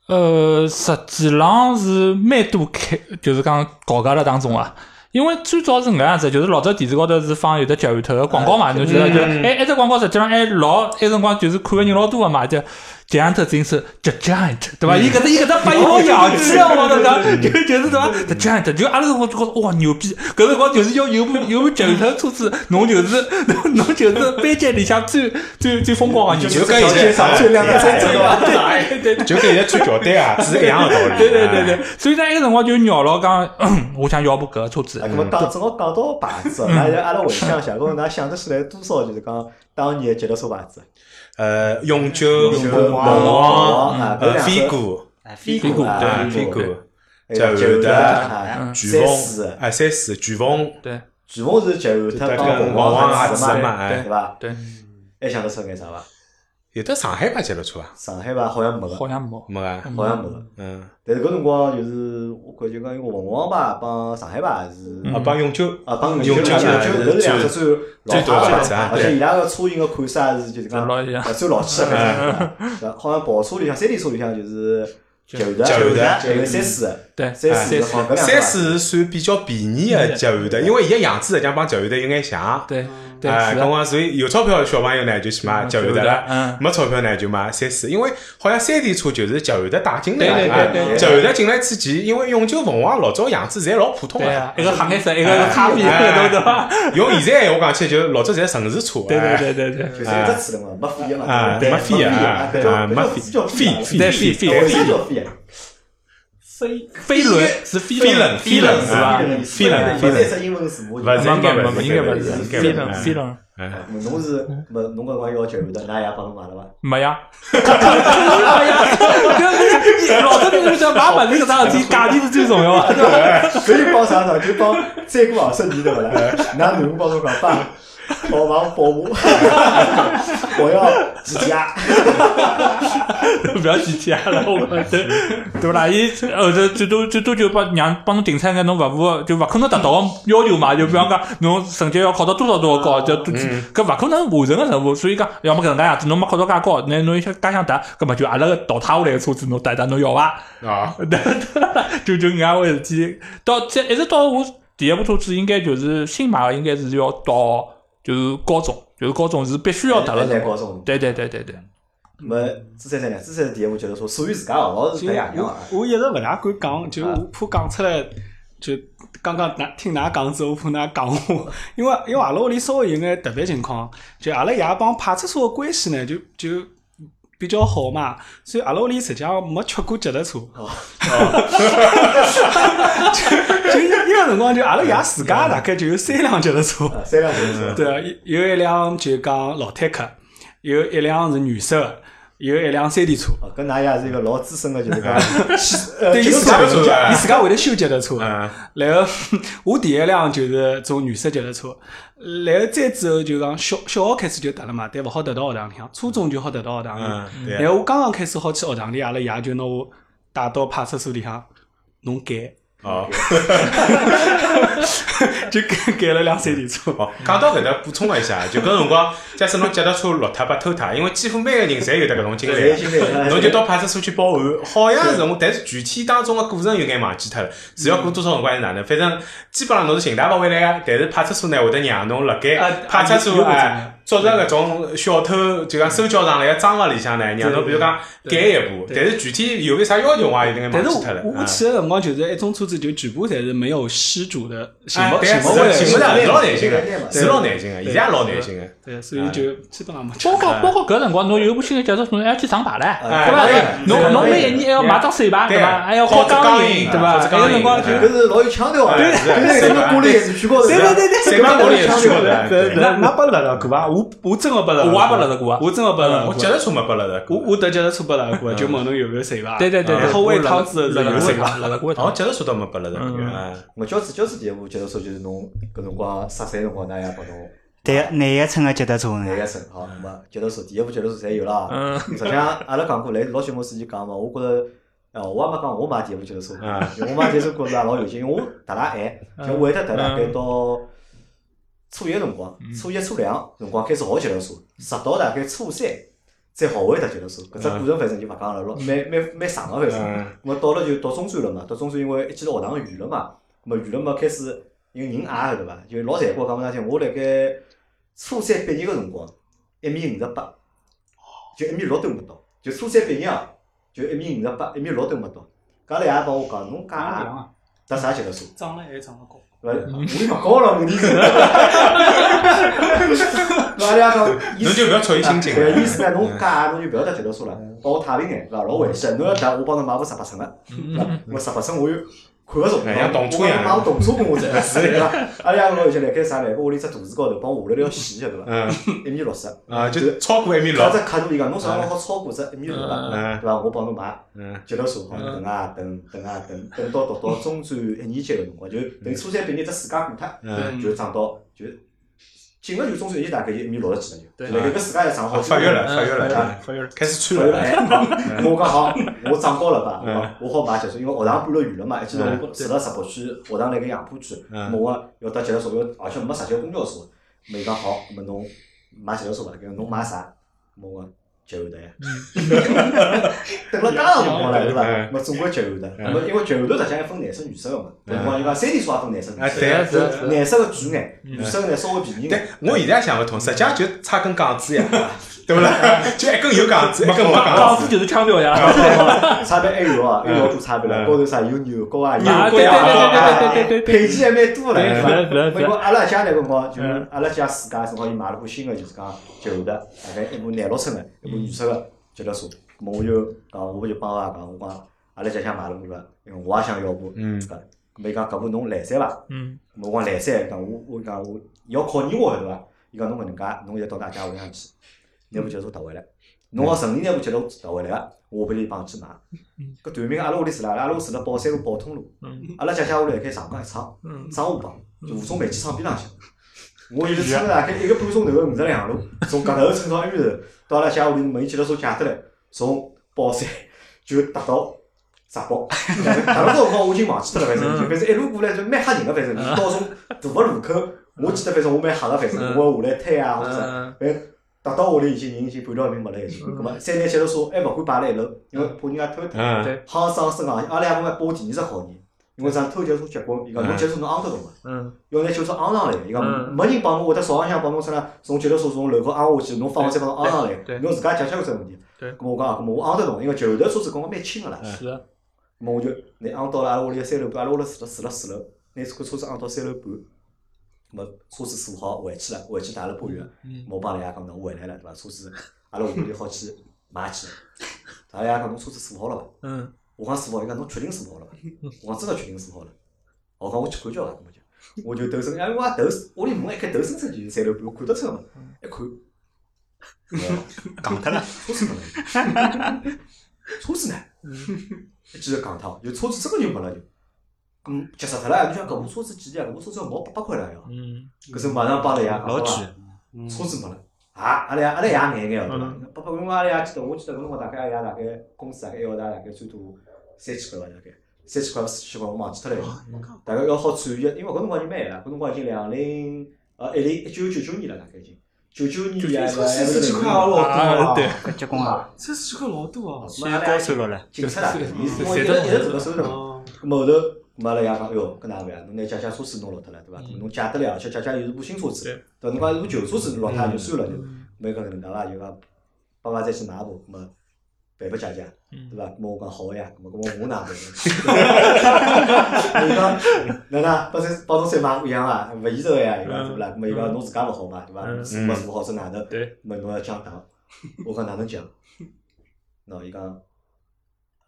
[SPEAKER 2] 呃，实际浪是蛮多开，就是讲搞价了当中啊。因为最早是搿样子，就是老早电视高头是放有的脚丫头个广告嘛，
[SPEAKER 1] 哎
[SPEAKER 2] 侬记得就
[SPEAKER 4] 嗯
[SPEAKER 2] 哎，一只广告实际上还老，埃辰光就是看个人老多个嘛，就 Giant 真是 The Giant，对伐？伊搿只伊搿只发音好洋气啊，我跟你讲，就就是对伐？The Giant，就阿拉辰光就觉着哇牛逼，搿辰光就是要有部有部脚丫头车子，侬就是侬侬就是班级里向最最最风光个人，
[SPEAKER 4] 就跟现在
[SPEAKER 1] 上最亮的真正伐？
[SPEAKER 2] 对对对。
[SPEAKER 4] 就跟现在穿乔丹 <laughs> 啊是一样的道理。
[SPEAKER 2] <laughs> 对对对
[SPEAKER 4] 哎，
[SPEAKER 2] 对，所以呢，那个辰光就绕牢讲， <clears throat> 我想要部搿个车子
[SPEAKER 4] 哎
[SPEAKER 1] 啊，，搿么讲正好讲到牌子哦，那就阿拉回想一下，搿么㑚想得起来多少就是讲当年的脚踏车牌子？
[SPEAKER 4] 呃，永久、
[SPEAKER 1] 永久
[SPEAKER 4] 凤
[SPEAKER 1] 凤凰
[SPEAKER 4] 凰、
[SPEAKER 1] 啊搿
[SPEAKER 4] 呃
[SPEAKER 1] 两个
[SPEAKER 4] 飞谷、
[SPEAKER 3] 哎
[SPEAKER 1] 飞
[SPEAKER 2] 谷
[SPEAKER 1] 啊
[SPEAKER 4] 对
[SPEAKER 1] 飞
[SPEAKER 4] 飞
[SPEAKER 1] 谷
[SPEAKER 4] 谷、
[SPEAKER 1] 还有头
[SPEAKER 4] 九头
[SPEAKER 1] 啊，
[SPEAKER 4] 巨
[SPEAKER 1] 三四
[SPEAKER 4] 峰，哎，三四巨峰，
[SPEAKER 2] 对
[SPEAKER 1] 巨峰是九头
[SPEAKER 4] 它
[SPEAKER 1] 帮
[SPEAKER 4] 跟
[SPEAKER 1] 凤凰
[SPEAKER 4] 凰
[SPEAKER 1] 啊
[SPEAKER 4] 也
[SPEAKER 1] 子
[SPEAKER 4] 是嘛，
[SPEAKER 1] 嘛，
[SPEAKER 4] 哎
[SPEAKER 1] 对，伐？
[SPEAKER 2] 对，
[SPEAKER 1] 还想得出眼啥伐？
[SPEAKER 4] 有得上海牌脚踏车伐？
[SPEAKER 1] 上海吧好像没个，
[SPEAKER 2] 好像没。
[SPEAKER 4] 没啊，
[SPEAKER 1] 好像没个。
[SPEAKER 4] 嗯，
[SPEAKER 1] 但是搿辰光就是我感觉讲，因为凤凰牌帮上海牌是
[SPEAKER 4] 啊，帮永久
[SPEAKER 1] 啊帮
[SPEAKER 4] 永
[SPEAKER 1] 久
[SPEAKER 4] 久
[SPEAKER 1] 啊永
[SPEAKER 4] 啊
[SPEAKER 1] 久搿两只
[SPEAKER 4] 最
[SPEAKER 1] 最老
[SPEAKER 4] 最大的
[SPEAKER 1] 牌
[SPEAKER 4] 牌子啊
[SPEAKER 1] 而
[SPEAKER 4] 对
[SPEAKER 1] 且伊拉个车型个款式也是就是讲
[SPEAKER 2] 老一样
[SPEAKER 1] 呃最老气个牌
[SPEAKER 4] 嗯
[SPEAKER 1] 子啊对吧。好像跑车里向、山地车里向就是捷安达、
[SPEAKER 4] 捷安达
[SPEAKER 1] 还哎有三四的，
[SPEAKER 2] 对
[SPEAKER 1] 三四好像搿两
[SPEAKER 4] 三
[SPEAKER 1] 四
[SPEAKER 4] 四是算比较便宜的捷安的，因为伊个样子实际上帮捷安的有眼像。
[SPEAKER 2] 对对
[SPEAKER 4] 哎，
[SPEAKER 2] 是
[SPEAKER 4] 刚
[SPEAKER 2] 的。
[SPEAKER 4] 刚所以有钞票的小朋友呢就去买捷安的了
[SPEAKER 2] 嗯，
[SPEAKER 4] 没钞票呢就买三四，因为好像三 D 车就是捷安的带进来
[SPEAKER 2] 对
[SPEAKER 4] 的
[SPEAKER 2] 对
[SPEAKER 4] 哎
[SPEAKER 2] 对
[SPEAKER 1] 对
[SPEAKER 4] 捷安的进来之前，因为永久凤凰老早样子侪老普通
[SPEAKER 2] 对
[SPEAKER 4] 的。
[SPEAKER 2] 啊，一个黑颜色，一个咖啡色，
[SPEAKER 4] 哎
[SPEAKER 2] 对伐？
[SPEAKER 4] <laughs> 用现在闲话讲起来，就是老早侪城市车，
[SPEAKER 2] 对
[SPEAKER 4] 哎
[SPEAKER 2] 对对对
[SPEAKER 1] 就是
[SPEAKER 2] 对。
[SPEAKER 1] 一只车了嘛，没副业嘛，
[SPEAKER 4] 啊，
[SPEAKER 1] 对
[SPEAKER 4] 没
[SPEAKER 1] 吧
[SPEAKER 4] 费啊，
[SPEAKER 1] 对
[SPEAKER 4] 啊，
[SPEAKER 1] 吧
[SPEAKER 4] 没
[SPEAKER 1] 搿叫
[SPEAKER 4] 费，
[SPEAKER 1] 啊
[SPEAKER 4] 费
[SPEAKER 2] 对
[SPEAKER 4] 费
[SPEAKER 2] 费费
[SPEAKER 1] 对
[SPEAKER 4] 费
[SPEAKER 1] 啥叫副业？
[SPEAKER 5] 飞
[SPEAKER 2] 飞轮是飞
[SPEAKER 4] 飞轮
[SPEAKER 2] 飞轮是吧？
[SPEAKER 4] 飞轮
[SPEAKER 1] 勿
[SPEAKER 4] 飞轮
[SPEAKER 1] 是一只英文字母，
[SPEAKER 4] 勿是
[SPEAKER 2] 没没没没，应该
[SPEAKER 4] 勿
[SPEAKER 2] 不
[SPEAKER 4] 是
[SPEAKER 2] 是
[SPEAKER 4] 应该勿
[SPEAKER 2] 飞
[SPEAKER 4] 是
[SPEAKER 2] 轮飞轮
[SPEAKER 4] 哎，
[SPEAKER 1] 侬是没侬搿辰光要求的，㑚爷帮侬买了伐？
[SPEAKER 4] <laughs>
[SPEAKER 2] 没呀。没呀， <laughs> 搿老早就是讲买物事搿桩事体，价钿是最重要的。
[SPEAKER 1] 搿就帮啥呢？就帮再过二十年对勿啦？㑚囡恩帮侬讲爸，帮忙保姆，我要几家，
[SPEAKER 2] 不要去家了，我觉得，对不啦？伊后头最多最多就帮让帮侬定出一眼侬勿符合，就勿可能达到个要求嘛。就比方讲，侬成绩要考到多少多少高，就
[SPEAKER 4] 嗯
[SPEAKER 2] 搿勿可能完成个任务。所以讲，要么搿能介样子，侬没考到介高，那侬想介想达，搿么就阿拉个淘汰下来个车子侬搭搭侬要伐？
[SPEAKER 4] 啊，
[SPEAKER 2] 就就搿样回事体。到这一直到我第一部车子，应该就是新买个，应该是要到就是高中，就是高中是必须要达了
[SPEAKER 1] 在
[SPEAKER 2] 的。
[SPEAKER 1] 高中。
[SPEAKER 2] 对对对对对，
[SPEAKER 1] 没朱三三呢？朱三第一部觉得说属于自家的，老是
[SPEAKER 5] 就
[SPEAKER 1] 搭爷娘
[SPEAKER 5] 我
[SPEAKER 1] 啊。
[SPEAKER 5] 我一直勿大敢讲，就我怕讲出来，就刚刚㑚听㑚讲之后，我怕㑚讲我，因为因为阿拉屋里稍微有眼特别情况，就阿拉爷帮派出所个关系呢，就就比较好嘛，所以阿拉屋里实际上没缺过脚踏车。 <laughs>
[SPEAKER 1] 哦
[SPEAKER 5] 就一一个辰光，就阿拉爷自
[SPEAKER 1] 嗯
[SPEAKER 5] 家大概就有三辆脚踏车。
[SPEAKER 1] 啊三辆车子，
[SPEAKER 5] 对啊，有有一辆就讲老坦克，有一辆是原色的，有一辆山地车。
[SPEAKER 1] 哦，跟㑚爷是一个老资深的，就是讲，呃
[SPEAKER 5] 对，伊
[SPEAKER 1] 这个
[SPEAKER 5] 自家
[SPEAKER 1] 车
[SPEAKER 5] 会
[SPEAKER 1] 子
[SPEAKER 4] 自家
[SPEAKER 5] 伊自家会得修脚踏车。
[SPEAKER 4] 嗯，
[SPEAKER 5] 然后我第一辆就是种原色脚踏车，然后再之后就讲小小学开始就踏了嘛，但勿好踏到学堂里向，初中就好踏到学堂里向。
[SPEAKER 4] 嗯，对
[SPEAKER 2] 哎
[SPEAKER 5] 然
[SPEAKER 4] 啊，
[SPEAKER 5] 后我刚刚开始好去学堂里，阿拉爷就拿我带到派出所里向，侬改， <laughs>
[SPEAKER 4] 哦，
[SPEAKER 5] 就改改了辆山地车。
[SPEAKER 4] <laughs> 哦，讲到搿搭补充一
[SPEAKER 5] <laughs>
[SPEAKER 4] 下，就搿辰光，假使侬脚踏车落脱被偷脱，因为几乎每个人侪有得搿种经
[SPEAKER 5] <laughs>
[SPEAKER 4] 历
[SPEAKER 1] 侪有经历
[SPEAKER 4] 啊，侬就到派出所去报案。好像是我，但是具体当中个过程有眼忘记脱了，是要过多少辰光还是哪能？反正基本上侬是寻大勿回来个，但是派出所呢会得让侬辣盖
[SPEAKER 5] 啊
[SPEAKER 4] 哎派出所
[SPEAKER 5] 啊有有搿种
[SPEAKER 4] 哎。捉着搿种小偷，就讲收缴上来个赃物里向呢，让侬比如讲改一步，但是具体有没啥要求，我也有眼忘
[SPEAKER 5] 但是
[SPEAKER 4] 记
[SPEAKER 5] 我
[SPEAKER 4] 脱了。
[SPEAKER 5] 我我
[SPEAKER 4] 嗯
[SPEAKER 5] 去的辰光，就是一种车子就全部侪是没有失主的，寻
[SPEAKER 4] 哎
[SPEAKER 5] 勿
[SPEAKER 4] 对
[SPEAKER 5] 寻
[SPEAKER 4] 啊
[SPEAKER 5] 勿
[SPEAKER 4] 是
[SPEAKER 5] 回
[SPEAKER 4] 的
[SPEAKER 5] 来
[SPEAKER 4] 寻勿
[SPEAKER 5] 的
[SPEAKER 4] 着，
[SPEAKER 1] 对
[SPEAKER 4] 是老难寻
[SPEAKER 1] 对对
[SPEAKER 4] 个，是老难寻个，现
[SPEAKER 5] 对
[SPEAKER 4] 在也老难寻个。
[SPEAKER 5] 对，所以就
[SPEAKER 4] 嗯
[SPEAKER 5] 基本上没吃
[SPEAKER 2] 包。括包括搿辰光，侬有部新的驾照，侬还要去上牌唻。
[SPEAKER 1] 哎啊
[SPEAKER 2] 对伐
[SPEAKER 1] 对
[SPEAKER 2] 侬侬每一年还要买张手牌对伐？还要考钢印对伐？还有辰光就
[SPEAKER 1] 搿是老有腔调啊！
[SPEAKER 4] 对
[SPEAKER 1] 对
[SPEAKER 4] 对
[SPEAKER 1] 对，个玻璃也是举高头的，
[SPEAKER 5] 对
[SPEAKER 4] 谁帮我也是去过的。对
[SPEAKER 5] 那那拨拉了过伐？我我真个拨拉，
[SPEAKER 2] 我
[SPEAKER 1] 嗯
[SPEAKER 2] 也拨拉得过啊
[SPEAKER 5] 我真个拨拉
[SPEAKER 4] 嗯我
[SPEAKER 5] 过
[SPEAKER 4] 脚。踏车没拨了的，
[SPEAKER 5] 我我得脚踏车拨拉过，就问侬有没有谁伐？
[SPEAKER 2] 对对对，
[SPEAKER 5] 然后喂汤子是
[SPEAKER 2] 有
[SPEAKER 5] 有谁
[SPEAKER 2] 水
[SPEAKER 5] 伐？
[SPEAKER 2] 辣辣过
[SPEAKER 4] 哦，
[SPEAKER 2] 头。
[SPEAKER 4] 脚踏车倒没拨了的。嗯
[SPEAKER 1] 我交子交子第一部接到说就是侬搿辰光十三辰光，㑚爷帮侬
[SPEAKER 3] 对，哪一层的脚踏车
[SPEAKER 1] 来
[SPEAKER 3] 呢
[SPEAKER 1] 个？辰好，那么接到说第一部接到说侪有了。啊
[SPEAKER 2] 嗯
[SPEAKER 1] 实际上阿拉讲过，来老节目之前讲嘛，我觉着。呃，我也没讲我买第一部接到车，
[SPEAKER 4] 嗯
[SPEAKER 1] 因为我买第一部车也老有劲，因为我踏了晚，就我会得踏大概到初一辰光，初一初两辰光开始学接到车，直到大概初三才学会踏接到车。搿只过程反正就勿讲了，老蛮蛮蛮长个反正。
[SPEAKER 4] 嗯
[SPEAKER 1] 咁么到了就读中专了嘛，读中专因为一记头学堂远了嘛，咁么远了嘛开始因为人矮个对伐，就老残酷地讲拨㑚听，我辣盖初三毕业个辰光，一米五十八，就一米六都没到，就初三毕业啊，就一米五十八，一米六都没到。搿拉爷帮我讲，侬介矮，
[SPEAKER 5] 啊，
[SPEAKER 1] 搭啥脚踏车？
[SPEAKER 5] 长了还长 <laughs> 了高。
[SPEAKER 1] 勿是，我里勿高了，问题是。 <laughs> 阿拉爷讲，
[SPEAKER 4] <laughs> 侬就不要操伊心情
[SPEAKER 1] 啊对，意
[SPEAKER 4] 了。嗯
[SPEAKER 1] 思呢，侬介矮侬就不要搭脚踏车了，帮我太平哎眼，是伐？老危险。侬要搭，我帮侬买部十八寸个，是伐？我十八寸我有看个辰光，
[SPEAKER 4] 哎像动车一样
[SPEAKER 1] 我帮侬买部动车跟我走，对
[SPEAKER 4] <laughs>
[SPEAKER 1] 伐？阿拉爷讲就辣盖啥呢？辣盖屋里只大字高头帮我下来了细个，对伐？
[SPEAKER 4] 嗯
[SPEAKER 1] 一米六十，
[SPEAKER 4] 啊，就是超过一米
[SPEAKER 1] 搿
[SPEAKER 4] 六
[SPEAKER 1] 只。卡路伊讲，侬啥辰光好超过只一米六了，
[SPEAKER 4] 嗯
[SPEAKER 1] 对伐？我帮侬买。
[SPEAKER 4] 嗯
[SPEAKER 1] 接到手好等啊等等啊等，等到读到中专一年级个辰光，就等初三毕业只暑假过脱，
[SPEAKER 4] 嗯
[SPEAKER 1] 就涨到就进了就中产阶级大概就一米六十几了就，
[SPEAKER 5] 对
[SPEAKER 1] 对吧？搿个自家也长好，
[SPEAKER 4] 嗯发育了，发育
[SPEAKER 1] 对
[SPEAKER 4] 了
[SPEAKER 1] 吧，
[SPEAKER 5] 好有人
[SPEAKER 4] 开始
[SPEAKER 1] 发
[SPEAKER 4] 穿
[SPEAKER 1] 育
[SPEAKER 4] 了嗯
[SPEAKER 1] 了，。哎，好
[SPEAKER 4] <laughs>
[SPEAKER 1] 我讲好，我长高了吧，对吧我好买结束，因为学堂搬了远了嘛，一记头我住辣石浦区，学堂辣盖杨浦区，
[SPEAKER 4] 嗯
[SPEAKER 1] 咾我要搭脚踏车，要而且没啥交公交车，咾伊讲好，咾么侬买脚踏车伐？搿侬买啥？咾我讲捷安特呀， <laughs> 等了介长辰光了，对伐？
[SPEAKER 4] 嗯
[SPEAKER 1] 咾总归捷安特，
[SPEAKER 4] 嗯
[SPEAKER 1] 咾么因为捷安特实际上还分男生女生个嘛，
[SPEAKER 4] 嗯
[SPEAKER 1] 辰光伊讲三点数也分男生
[SPEAKER 4] 哎
[SPEAKER 1] 女生，
[SPEAKER 4] 对啊嗯
[SPEAKER 2] 是啊是啊
[SPEAKER 1] 男生个贵眼，女生个呢稍微便宜眼
[SPEAKER 4] 但。我现在也想勿通，实际上就差根杠子呀，对勿啦？就一根有杠子，一根没杠
[SPEAKER 2] 当
[SPEAKER 4] 子。
[SPEAKER 2] 时就是腔调呀，
[SPEAKER 1] 差别还有哦，还有做差别了，
[SPEAKER 4] 嗯
[SPEAKER 1] 高头啥有牛羔啊，有
[SPEAKER 2] 啊
[SPEAKER 1] 龟啊，
[SPEAKER 2] 对对对对对对对
[SPEAKER 1] 配件还蛮多嘞，
[SPEAKER 2] 对
[SPEAKER 1] 吧？
[SPEAKER 2] 对对对
[SPEAKER 1] 美国阿拉家那个辰光，就是阿拉家自家辰光，伊买了部新的，就是讲捷安特，大概一部廿六寸的，一部女色的脚踏车。咾我就讲，我就帮阿拉讲，我讲阿拉家想买了部个，因为我也想要部
[SPEAKER 4] 嗯
[SPEAKER 1] 自家。咾伊讲搿部侬来三伐？
[SPEAKER 2] 嗯，
[SPEAKER 1] 我讲来三，讲我我讲我要考验我对伐？伊讲侬搿能介，侬现在到大家屋里向去，拿部脚踏车沓回来，侬好顺利拿部脚踏车沓回来个，我拨你帮去买。搿短命阿拉屋里住辣阿拉屋里住辣宝山路宝通路
[SPEAKER 2] 嗯，
[SPEAKER 1] 阿拉姐姐屋里辣盖上港一厂，
[SPEAKER 2] 嗯
[SPEAKER 1] 商务帮，就吴淞煤气厂边浪向。我就是撑了大概一个半钟头个五十两路，从搿头撑到玉头，到阿拉家屋里门伊脚踏车借得来，从宝山就踏到。闸北，踏到辰光我已经忘记脱了，反
[SPEAKER 2] 嗯
[SPEAKER 1] 正就反正一路过来就蛮吓人个，反正就到
[SPEAKER 2] <laughs>
[SPEAKER 1] 种大个路口，我记得反正我蛮吓个，反正我下来推啊或者啥，
[SPEAKER 2] 嗯
[SPEAKER 1] 哎，达到屋里已经人已经半条命没了已经，葛末三台脚踏车还哎勿敢摆辣一楼，因为怕人家偷脱。
[SPEAKER 4] 嗯，
[SPEAKER 1] 好生生啊，阿拉爷帮我拨我第二只好人，因为啥偷脚踏车结棍，伊讲侬脚踏车侬昂得动伐？
[SPEAKER 2] 嗯
[SPEAKER 1] 要拿脚踏车昂上来，伊讲
[SPEAKER 2] 嗯
[SPEAKER 1] 没人帮侬，会得少浪向帮侬出来从脚踏车从楼高昂下去，侬放下再帮侬昂上来
[SPEAKER 2] 对，
[SPEAKER 1] 侬自家解决搿只问题。
[SPEAKER 2] 对
[SPEAKER 1] 葛末我讲啊，葛末我昂得动，因为旧头车子跟我蛮轻个啦。
[SPEAKER 2] 是啊，
[SPEAKER 1] 咁我就拿昂到了阿拉屋里个三楼半，阿拉屋里住了住了四楼，拿这个车子昂到三楼半，咁车子锁好回去了，回去打了半月
[SPEAKER 2] 嗯，
[SPEAKER 1] 我帮阿拉爷讲侬回来了对伐？车子阿拉下半天好去买
[SPEAKER 2] <laughs>
[SPEAKER 1] 去，阿拉爷讲侬车子锁好了伐？
[SPEAKER 2] 嗯
[SPEAKER 1] 我讲锁好，伊讲侬确定锁好了伐？我讲真个确定锁好了，哦我讲我去看叫伐？咁就我就头伸，哎，我也头屋里门一开头伸出去就是三楼半，我看得出嘛，一看。哎 <laughs>
[SPEAKER 3] 戆脱了。
[SPEAKER 1] 车子没了，车子呢？ <laughs> 一记头戆脱，就车子真个就没了就，咁急死脱了！你想搿部车子几钿啊？搿部车子要毛八百块了要，
[SPEAKER 2] 嗯，
[SPEAKER 1] 搿是马上帮了爷，
[SPEAKER 3] 老
[SPEAKER 1] 好伐
[SPEAKER 3] 贵，
[SPEAKER 5] 嗯
[SPEAKER 1] 车子没了。啊，阿拉爷阿拉爷眼眼了，对伐？八百块，因为阿拉爷记得，我记得搿辰光大概阿拉爷大概工资大概一个号头大概最多三千块伐，大概三千块四千块，我忘记脱了。大概要好算一下，因为搿辰光已经蛮晚了，搿辰光已经两零呃一零一九九九年了，大概已经九九年还是还
[SPEAKER 5] 四
[SPEAKER 1] 是
[SPEAKER 5] 千
[SPEAKER 1] 零
[SPEAKER 5] 块啊，老
[SPEAKER 1] 哦
[SPEAKER 5] 多
[SPEAKER 2] 啊对，
[SPEAKER 3] 搿结棍啊，
[SPEAKER 5] 三四千块老多哦。
[SPEAKER 3] 算高收入了。
[SPEAKER 1] 警察啦，伊是我一直一直做个收入。
[SPEAKER 5] 哦，
[SPEAKER 1] 咁后头，咁阿拉爷讲，哟，搿哪办啊？侬拿姐姐车子弄落脱了，对伐？咁侬借得来，而且姐姐又是部新车子，对伐？侬讲一部旧车子落脱也就算了，就没搿能介伐？就讲爸爸再去买部，咁啊，赔拨姐姐，对伐？咁我讲好呀，咁咁我哪 <laughs> 办？伊讲，哪能帮再帮侬再买一样啊？勿现实个呀，伊讲对勿啦？咁伊讲侬自家勿好买，对伐？是勿是好在外头？
[SPEAKER 2] 对，
[SPEAKER 1] 问侬要讲打，我讲哪能讲？喏，伊讲，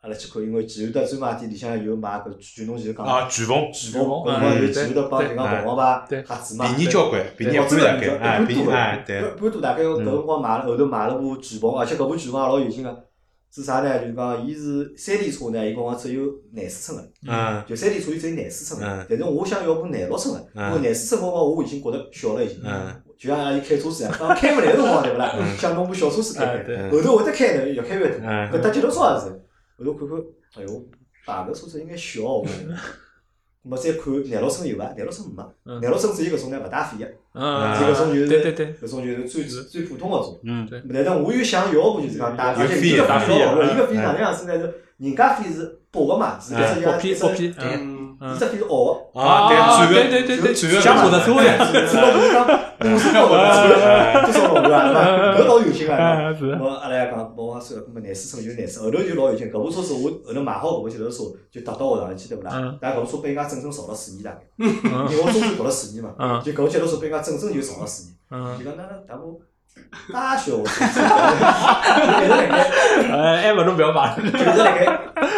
[SPEAKER 1] 阿拉去看，因为前头专卖店里向有卖搿卷侬前头讲的
[SPEAKER 4] 啊，巨峰，
[SPEAKER 1] 巨峰，搿辰光有前头帮人家凤凰牌
[SPEAKER 2] 对
[SPEAKER 1] 瞎子嘛，
[SPEAKER 4] 便宜交关，便宜一
[SPEAKER 1] 哦真
[SPEAKER 4] 半
[SPEAKER 1] 的
[SPEAKER 4] 大
[SPEAKER 1] 便宜一般
[SPEAKER 4] 概，哎，便宜
[SPEAKER 1] 多
[SPEAKER 4] 哎，
[SPEAKER 1] 一
[SPEAKER 4] 对，
[SPEAKER 1] 般多大概搿辰光买了，后头买了部巨鹏，而且搿部巨鹏也老有劲个，是啥呢？就是讲，伊是山地车呢，伊辰光只有廿四寸个，
[SPEAKER 4] 嗯
[SPEAKER 1] 就山地车伊只有廿四寸
[SPEAKER 4] 嗯
[SPEAKER 1] 个，但是我想要部廿六寸个，
[SPEAKER 4] 嗯
[SPEAKER 1] 因为廿四寸辰光我已经觉得小了已经。
[SPEAKER 4] 嗯
[SPEAKER 1] 就像阿拉开车子一样，刚开勿来辰光对勿啦？想弄部小车子开
[SPEAKER 2] 哎对
[SPEAKER 1] 开，后头会得开呢，越开越大。搿
[SPEAKER 4] 嗯，
[SPEAKER 1] 搭脚踏车也啊是，后头看看，哎哟，大个车子应该小哦。 <laughs> 咾么再看廿六寸有伐？廿六寸没，
[SPEAKER 2] 嗯
[SPEAKER 1] 廿六寸只有搿种呢勿带费个，
[SPEAKER 2] 嗯，
[SPEAKER 1] 只有搿种就是
[SPEAKER 2] 对对对，
[SPEAKER 1] 搿种就是最最普通个种。
[SPEAKER 3] 嗯，
[SPEAKER 1] 但是我又想要部就是讲带，
[SPEAKER 4] 嗯有
[SPEAKER 1] 而且
[SPEAKER 4] 费
[SPEAKER 1] 伊个
[SPEAKER 4] 带
[SPEAKER 1] 费
[SPEAKER 4] 费
[SPEAKER 1] 老高，
[SPEAKER 4] 嗯
[SPEAKER 1] 伊个费哪能样子呢？是人家费是薄个嘛，是搿只
[SPEAKER 2] 嗯薄
[SPEAKER 1] 像
[SPEAKER 2] 皮
[SPEAKER 1] 一只
[SPEAKER 2] 薄皮，
[SPEAKER 3] 对
[SPEAKER 5] 嗯，
[SPEAKER 1] 一只费是凹个。
[SPEAKER 4] 啊，
[SPEAKER 2] 啊
[SPEAKER 4] 对，
[SPEAKER 2] 对对对对
[SPEAKER 4] 转个
[SPEAKER 2] 像我的车位
[SPEAKER 1] 只不过讲，
[SPEAKER 4] 嗯
[SPEAKER 1] 我是高个， <laughs> 多少老啊，搿老有劲啊！
[SPEAKER 2] 啊是，
[SPEAKER 1] 我阿拉也讲，我讲算了，搿么廿四寸就是廿四，后头就老有劲。搿部车子我后头买好搿部汽车车，就搭到学堂去对勿啦
[SPEAKER 2] 嗯？
[SPEAKER 1] 但搿部车被人家整整造了四年
[SPEAKER 2] <laughs>
[SPEAKER 1] 大概，因为我中专读了四年嘛，
[SPEAKER 2] 嗯
[SPEAKER 1] 就搿部汽车车被人家整整就造了四年。
[SPEAKER 2] 嗯，
[SPEAKER 1] 伊讲那那咱部大学我车子，就一直辣盖
[SPEAKER 2] 哎，还勿如不要
[SPEAKER 1] <laughs>
[SPEAKER 2] 买，
[SPEAKER 1] 就一直辣盖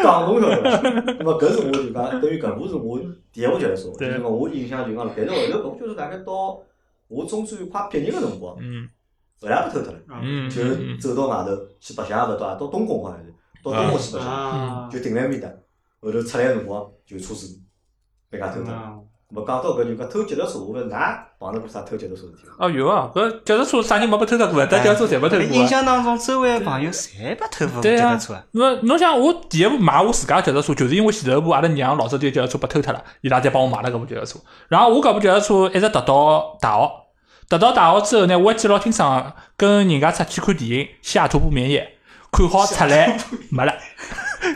[SPEAKER 1] 讲侬晓得伐？
[SPEAKER 2] <laughs>
[SPEAKER 1] 那么搿是我就讲，等于搿部是我第一部脚踏车，就是讲我印象就讲，但是后头搿部脚踏车大概到我中专快毕业个辰光，
[SPEAKER 2] 嗯
[SPEAKER 1] 后来也被偷脱了。
[SPEAKER 5] 啊
[SPEAKER 2] 嗯，
[SPEAKER 1] 就走到外头去白相也勿到，到东宫好像是，到东宫去白相，
[SPEAKER 5] 啊，
[SPEAKER 1] 就停辣埃面搭。后头出来个辰光，就车子被人家偷脱了。
[SPEAKER 5] 啊，
[SPEAKER 1] 咾么讲到搿就讲偷脚踏车，我问㑚碰着过啥偷脚踏车事体伐？
[SPEAKER 2] 哦，有啊，搿脚踏车啥人没被偷得过？啊但脚踏车侪没偷过
[SPEAKER 3] 印
[SPEAKER 2] 啊。
[SPEAKER 3] 象当中，周围的朋友侪被偷过
[SPEAKER 2] 对
[SPEAKER 3] 脚
[SPEAKER 2] 啊
[SPEAKER 3] 踏车啊，，
[SPEAKER 2] 那侬想我第一部买我自家脚踏车，就是因为前头一部阿拉娘老早就脚踏车被偷脱了，伊拉才帮我买了搿部脚踏车。然后我搿部脚踏车一直踏到大学，踏到大学之后呢，我还记得老清爽，跟人家出去看电影《西雅图不眠夜》，看好出来没了，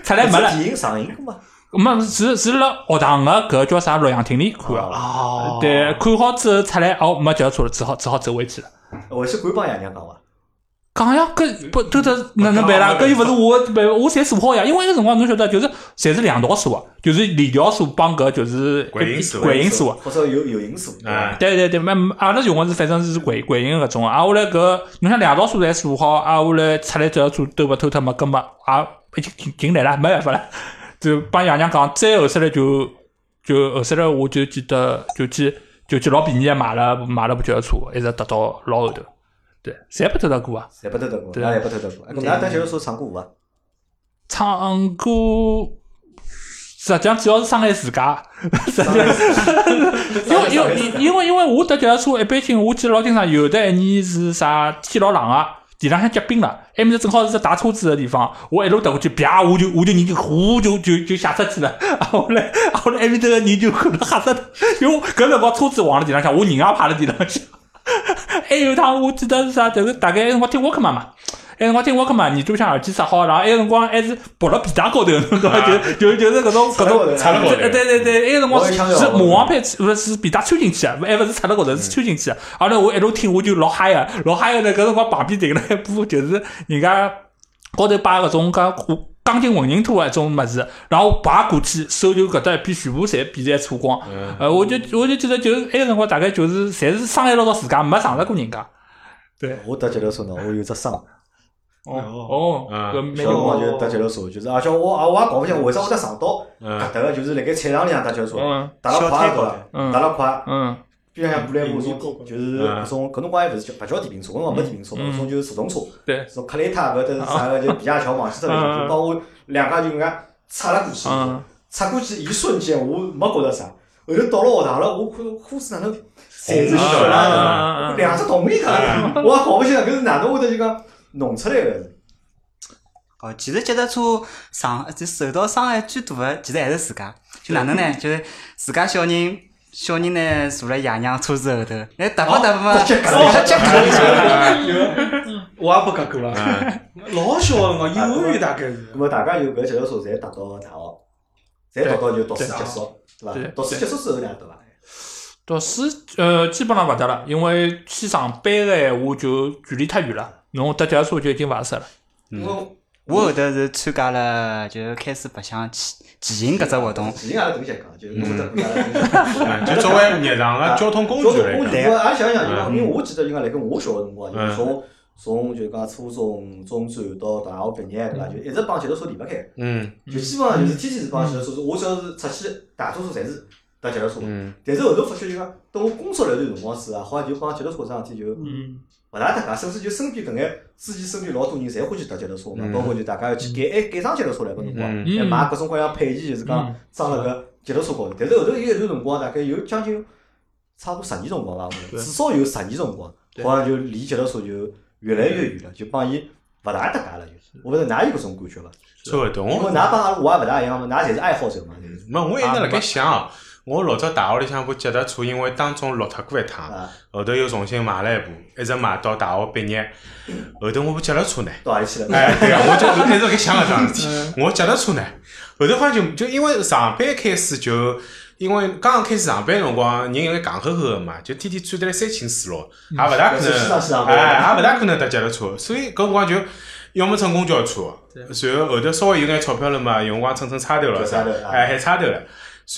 [SPEAKER 2] 出哎来没了
[SPEAKER 1] 搿只，电影上映过嘛？
[SPEAKER 2] 没是是辣学堂个搿叫啥录像厅里看的。
[SPEAKER 5] 哦，
[SPEAKER 2] 对，看好之后出来哦，没脚踏车了，只好只好走回去了。
[SPEAKER 1] 我是敢帮爷娘讲啊伐？
[SPEAKER 2] 讲呀，搿不都得哪能办啦？搿又勿是我办，我侪锁好呀。因为那辰光侬晓得，就是侪是两道锁啊，就是链条锁帮搿就是
[SPEAKER 4] 鬼影锁
[SPEAKER 2] 鬼影啊锁。
[SPEAKER 1] 或者有有因素，对伐
[SPEAKER 4] 啊
[SPEAKER 2] 对对对，没没阿拉用个是反正是鬼鬼影搿种啊。啊，我来搿侬想两道锁侪锁好，啊，我来出来脚踏车都勿偷脱嘛，搿么啊已经进进来了，没办法了， <laughs> 就帮爷娘讲。再后头来就就后头来我就记得就去就去老便宜地买了买了部脚踏车，一直踏到老后头。对，侪没偷到过啊。
[SPEAKER 1] 侪不偷得过，
[SPEAKER 2] 对
[SPEAKER 1] 哪也不偷得过。哎，搿㑚搭脚踏车唱过舞伐？
[SPEAKER 2] 唱歌，实际上主要是伤害自家，实际上，因为因为因为因为我踏脚踏车一般性，我记得老清爽，有的一年是啥天老冷啊，地浪向结冰了，埃面搭正好是只打车子的地方，我一路踏过去，啪，我就我就人就呼就就就吓出去了，啊，后来啊后来埃面搭个人就可能吓死了，因为搿辰光车子往了地浪向，我人也趴了地浪向。还有一趟我记得是啥，就是大概那辰光听沃克曼嘛，那辰光听沃克曼，耳朵像耳机塞好，然后那辰光还是绑了皮带高头，侬懂伐？就就就是搿种搿种。
[SPEAKER 4] 插了高头
[SPEAKER 2] 对对对对，那辰
[SPEAKER 1] 我
[SPEAKER 2] 光
[SPEAKER 1] 也
[SPEAKER 2] 是
[SPEAKER 1] 想要
[SPEAKER 2] 是马王牌，不是是皮带穿进去的，还勿是插了高头，是穿进去的。而且我一路听，我就老嗨啊，老嗨啊！呢，搿辰光旁边停了一部，就是人家高头摆搿种讲钢筋混凝土啊，种物事，然后爬过去，手就搿搭一片全部侪比在错光。呃，我就我就记得就是埃个辰光大概就是侪是伤害到到自家，没伤着过人家。对，
[SPEAKER 1] 我搭脚踏车呢，我有只伤。
[SPEAKER 2] 哦，
[SPEAKER 4] 嗯
[SPEAKER 2] 搿蛮
[SPEAKER 1] 小辰光
[SPEAKER 2] 有
[SPEAKER 1] 就搭脚踏车，就是而且我啊我也搞勿清为啥会得上到
[SPEAKER 4] 嗯
[SPEAKER 1] 搿搭个，就是辣盖菜场里向搭脚踏车，
[SPEAKER 2] 嗯
[SPEAKER 1] 踏了快
[SPEAKER 3] 小
[SPEAKER 1] 高
[SPEAKER 3] 摊
[SPEAKER 1] 了，
[SPEAKER 2] 嗯
[SPEAKER 1] 踏了快，
[SPEAKER 2] 嗯
[SPEAKER 1] 边上布来我种就是
[SPEAKER 4] 嗯
[SPEAKER 1] 搿种搿辰光还勿是叫勿叫电瓶车，搿辰光没电瓶车嘛，
[SPEAKER 2] 嗯
[SPEAKER 1] 搿种就是手动车，
[SPEAKER 2] 对，
[SPEAKER 1] 从克莱塔搿搭是啥个就皮亚桥忘记脱了，
[SPEAKER 2] 嗯
[SPEAKER 1] 就帮我两家就搿能介擦了过去
[SPEAKER 2] 嗯，
[SPEAKER 1] 擦过去一瞬间我没觉着啥，后头到了学堂了，我看裤子哪能侪是血
[SPEAKER 4] 红
[SPEAKER 1] 啦
[SPEAKER 4] 了？
[SPEAKER 2] 嗯嗯嗯嗯
[SPEAKER 1] 两只同一个，我也搞勿清搿是哪能会得就讲弄出来个。
[SPEAKER 3] 哦，其实脚踏车伤就受到伤害最大的，其实还是自家。就哪能呢？就是自家小人，小人呢坐辣爷娘车子后头，哎，踏吧踏吧，
[SPEAKER 1] 结
[SPEAKER 3] 结
[SPEAKER 1] 棍
[SPEAKER 3] 棍结棍
[SPEAKER 5] 我也不搿过啊， <laughs> 老小的辰光，幼儿园大概是
[SPEAKER 1] 那。么大家有搿脚踏车，侪达到大学，侪达到就读书结束，对伐
[SPEAKER 2] 对？
[SPEAKER 1] 读书结束之后哪能对伐？
[SPEAKER 2] 读书呃基本上勿得了，因为去上班个闲话就距离太远了，侬搭脚踏车就已经勿合适了。
[SPEAKER 1] 因为
[SPEAKER 3] 我后头是参加了，就是开始白相骑骑行搿只活动。
[SPEAKER 1] 前阿拉同学讲，就是侬得阿拉
[SPEAKER 4] 嗯就作为日常的交通工具来
[SPEAKER 1] 工具，
[SPEAKER 4] 讲，
[SPEAKER 1] 我也想想，就讲，因为我记得就讲，辣盖我小个辰光，就是
[SPEAKER 4] 嗯
[SPEAKER 1] 从从就讲初中、中专到大学毕业，对伐？就一直帮脚踏车离勿开，
[SPEAKER 4] 嗯
[SPEAKER 1] 就基本上就是天天是帮脚踏车。我只要是出去，大多数侪是搭脚踏车。
[SPEAKER 4] 嗯，
[SPEAKER 1] 但是后头发觉就讲，等我工作了一段辰光之后，好像就帮脚踏车桩事体就
[SPEAKER 5] 嗯，
[SPEAKER 1] 勿大搭界，甚至就身边搿眼之前身边老多人侪欢喜踏脚踏车嘛，
[SPEAKER 4] 嗯
[SPEAKER 1] 包括就大家要去改，哎改装脚踏车来搿辰光，
[SPEAKER 4] 嗯
[SPEAKER 1] 还买各种各样配件，就是讲装辣搿脚踏车高头。但是后头有一段辰光，大概有将近差不多十年辰光伐，我觉得
[SPEAKER 2] 对
[SPEAKER 1] 至少有十年辰光，
[SPEAKER 2] 对
[SPEAKER 1] 好像就离脚踏车就越来越远了，就帮伊勿大搭界了。就是，我勿知道㑚有搿种感觉伐？
[SPEAKER 4] 差勿多。
[SPEAKER 1] 因为
[SPEAKER 4] 我
[SPEAKER 1] 㑚帮阿拉我也勿大一样嘛，㑚侪是爱好者嘛，侪是
[SPEAKER 4] 没，我一直辣盖想啊，我老早大学里向部脚踏车，因为当中落脱过一趟，
[SPEAKER 1] 啊，
[SPEAKER 4] 后头又重新买了一部，一直买到大学毕业。后头我部脚踏车呢，
[SPEAKER 1] 到何里去了？
[SPEAKER 4] 哎，
[SPEAKER 1] <laughs>
[SPEAKER 4] 对个，我就一直辣盖想搿桩事
[SPEAKER 1] 嗯
[SPEAKER 4] 体。我脚踏车呢，后头好像就就因为上班开始就，因为刚刚开始上班辰光，人有眼戆呵呵个嘛，就天天穿得来三清四落，也勿大可
[SPEAKER 1] 嗯是是是是
[SPEAKER 4] 能，哎，也勿大可能搭脚踏车，所以搿辰光就要么乘公交车，然后后头稍微有眼钞票了嘛，有辰光乘乘差头了
[SPEAKER 1] 乘差
[SPEAKER 4] 啥
[SPEAKER 1] 头啊，
[SPEAKER 4] 哎，还差头了。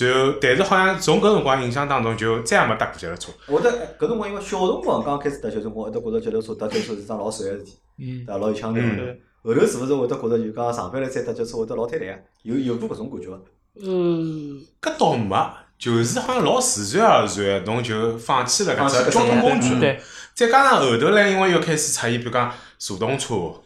[SPEAKER 4] 然后，但是好像从搿辰光印象当中就再也没搭过脚踏车。
[SPEAKER 1] 我得搿辰光，因为小辰光刚开始踏小辰光，一直觉着脚踏车踏脚车是桩老帅个事体，对
[SPEAKER 2] 嗯
[SPEAKER 1] 伐？啊老有腔调
[SPEAKER 4] 嗯
[SPEAKER 1] 个。后头是勿是会得觉着就讲上班了再踏脚车会得老坍台啊？有有过搿种感觉伐？啊
[SPEAKER 4] 搿倒没，就是好像老自然而然，侬就放弃了
[SPEAKER 1] 放弃搿
[SPEAKER 4] 搿只
[SPEAKER 3] 嗯
[SPEAKER 4] 交通工具。
[SPEAKER 2] 对，
[SPEAKER 4] 再加上后头唻，因为又开始出现，比如讲手动车、后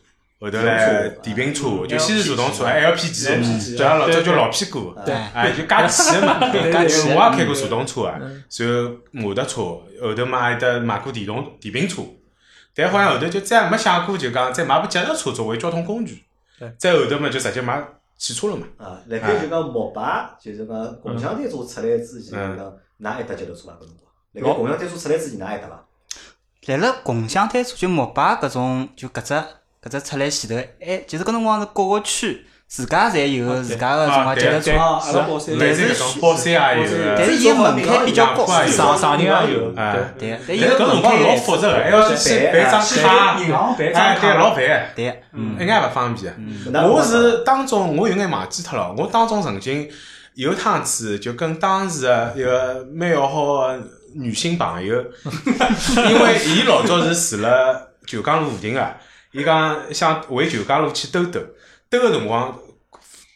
[SPEAKER 4] 头
[SPEAKER 3] 哎
[SPEAKER 4] 嘞电瓶
[SPEAKER 3] 嗯
[SPEAKER 4] 车，就先是传动车，LPG，叫嗯啊老早叫老屁股，
[SPEAKER 3] 对
[SPEAKER 4] 哎，就加气个嘛，
[SPEAKER 3] 哎 <laughs> 对嗯
[SPEAKER 4] 加
[SPEAKER 3] 加
[SPEAKER 4] 气。
[SPEAKER 3] 气
[SPEAKER 4] 我也开过传动车啊，随后摩托车，后头嘛还得买过电动电瓶车，但好像后头就再也没想过就讲再买部脚踏车作为交通工具
[SPEAKER 5] 对，
[SPEAKER 4] 再后头嘛就直接买汽车了嘛，
[SPEAKER 1] 啊，辣盖就讲摩拜，就是讲共享单车出来之前，就讲㑚还搭脚踏车伐？搿辰光，辣盖共享单车出来之前，㑚还搭伐？
[SPEAKER 3] 来了共享单车就摩拜搿种，就搿只搿只出来前头，哎，就是搿辰光是各个区自家侪有自家个种
[SPEAKER 4] 啊
[SPEAKER 3] 啊
[SPEAKER 4] 对
[SPEAKER 3] 脚踏
[SPEAKER 4] 对
[SPEAKER 3] 车，
[SPEAKER 5] 啊，阿拉保山，
[SPEAKER 4] 类似搿种宝山也有个，
[SPEAKER 3] 但是伊门槛比较高，
[SPEAKER 4] 哎有
[SPEAKER 2] 上上人也有，
[SPEAKER 4] 哎
[SPEAKER 2] 对
[SPEAKER 3] 对，但
[SPEAKER 4] 但
[SPEAKER 3] 伊
[SPEAKER 4] 是搿
[SPEAKER 3] 门
[SPEAKER 4] 辰
[SPEAKER 3] 槛
[SPEAKER 4] 光老
[SPEAKER 3] 也
[SPEAKER 4] 复杂个，还哎要去先办张卡，
[SPEAKER 5] 银行办张
[SPEAKER 4] 哎，对，
[SPEAKER 5] 卡
[SPEAKER 4] 老烦，
[SPEAKER 3] 对，
[SPEAKER 4] 嗯，一眼勿方便。
[SPEAKER 1] 那
[SPEAKER 4] 我是当中，我有眼忘记脱了。我当中曾经有趟子，就跟当时的一个蛮要好的女性朋 <laughs> 友，因为伊老早是住辣九江路附近个，伊讲想回九江路去兜兜，兜个辰光。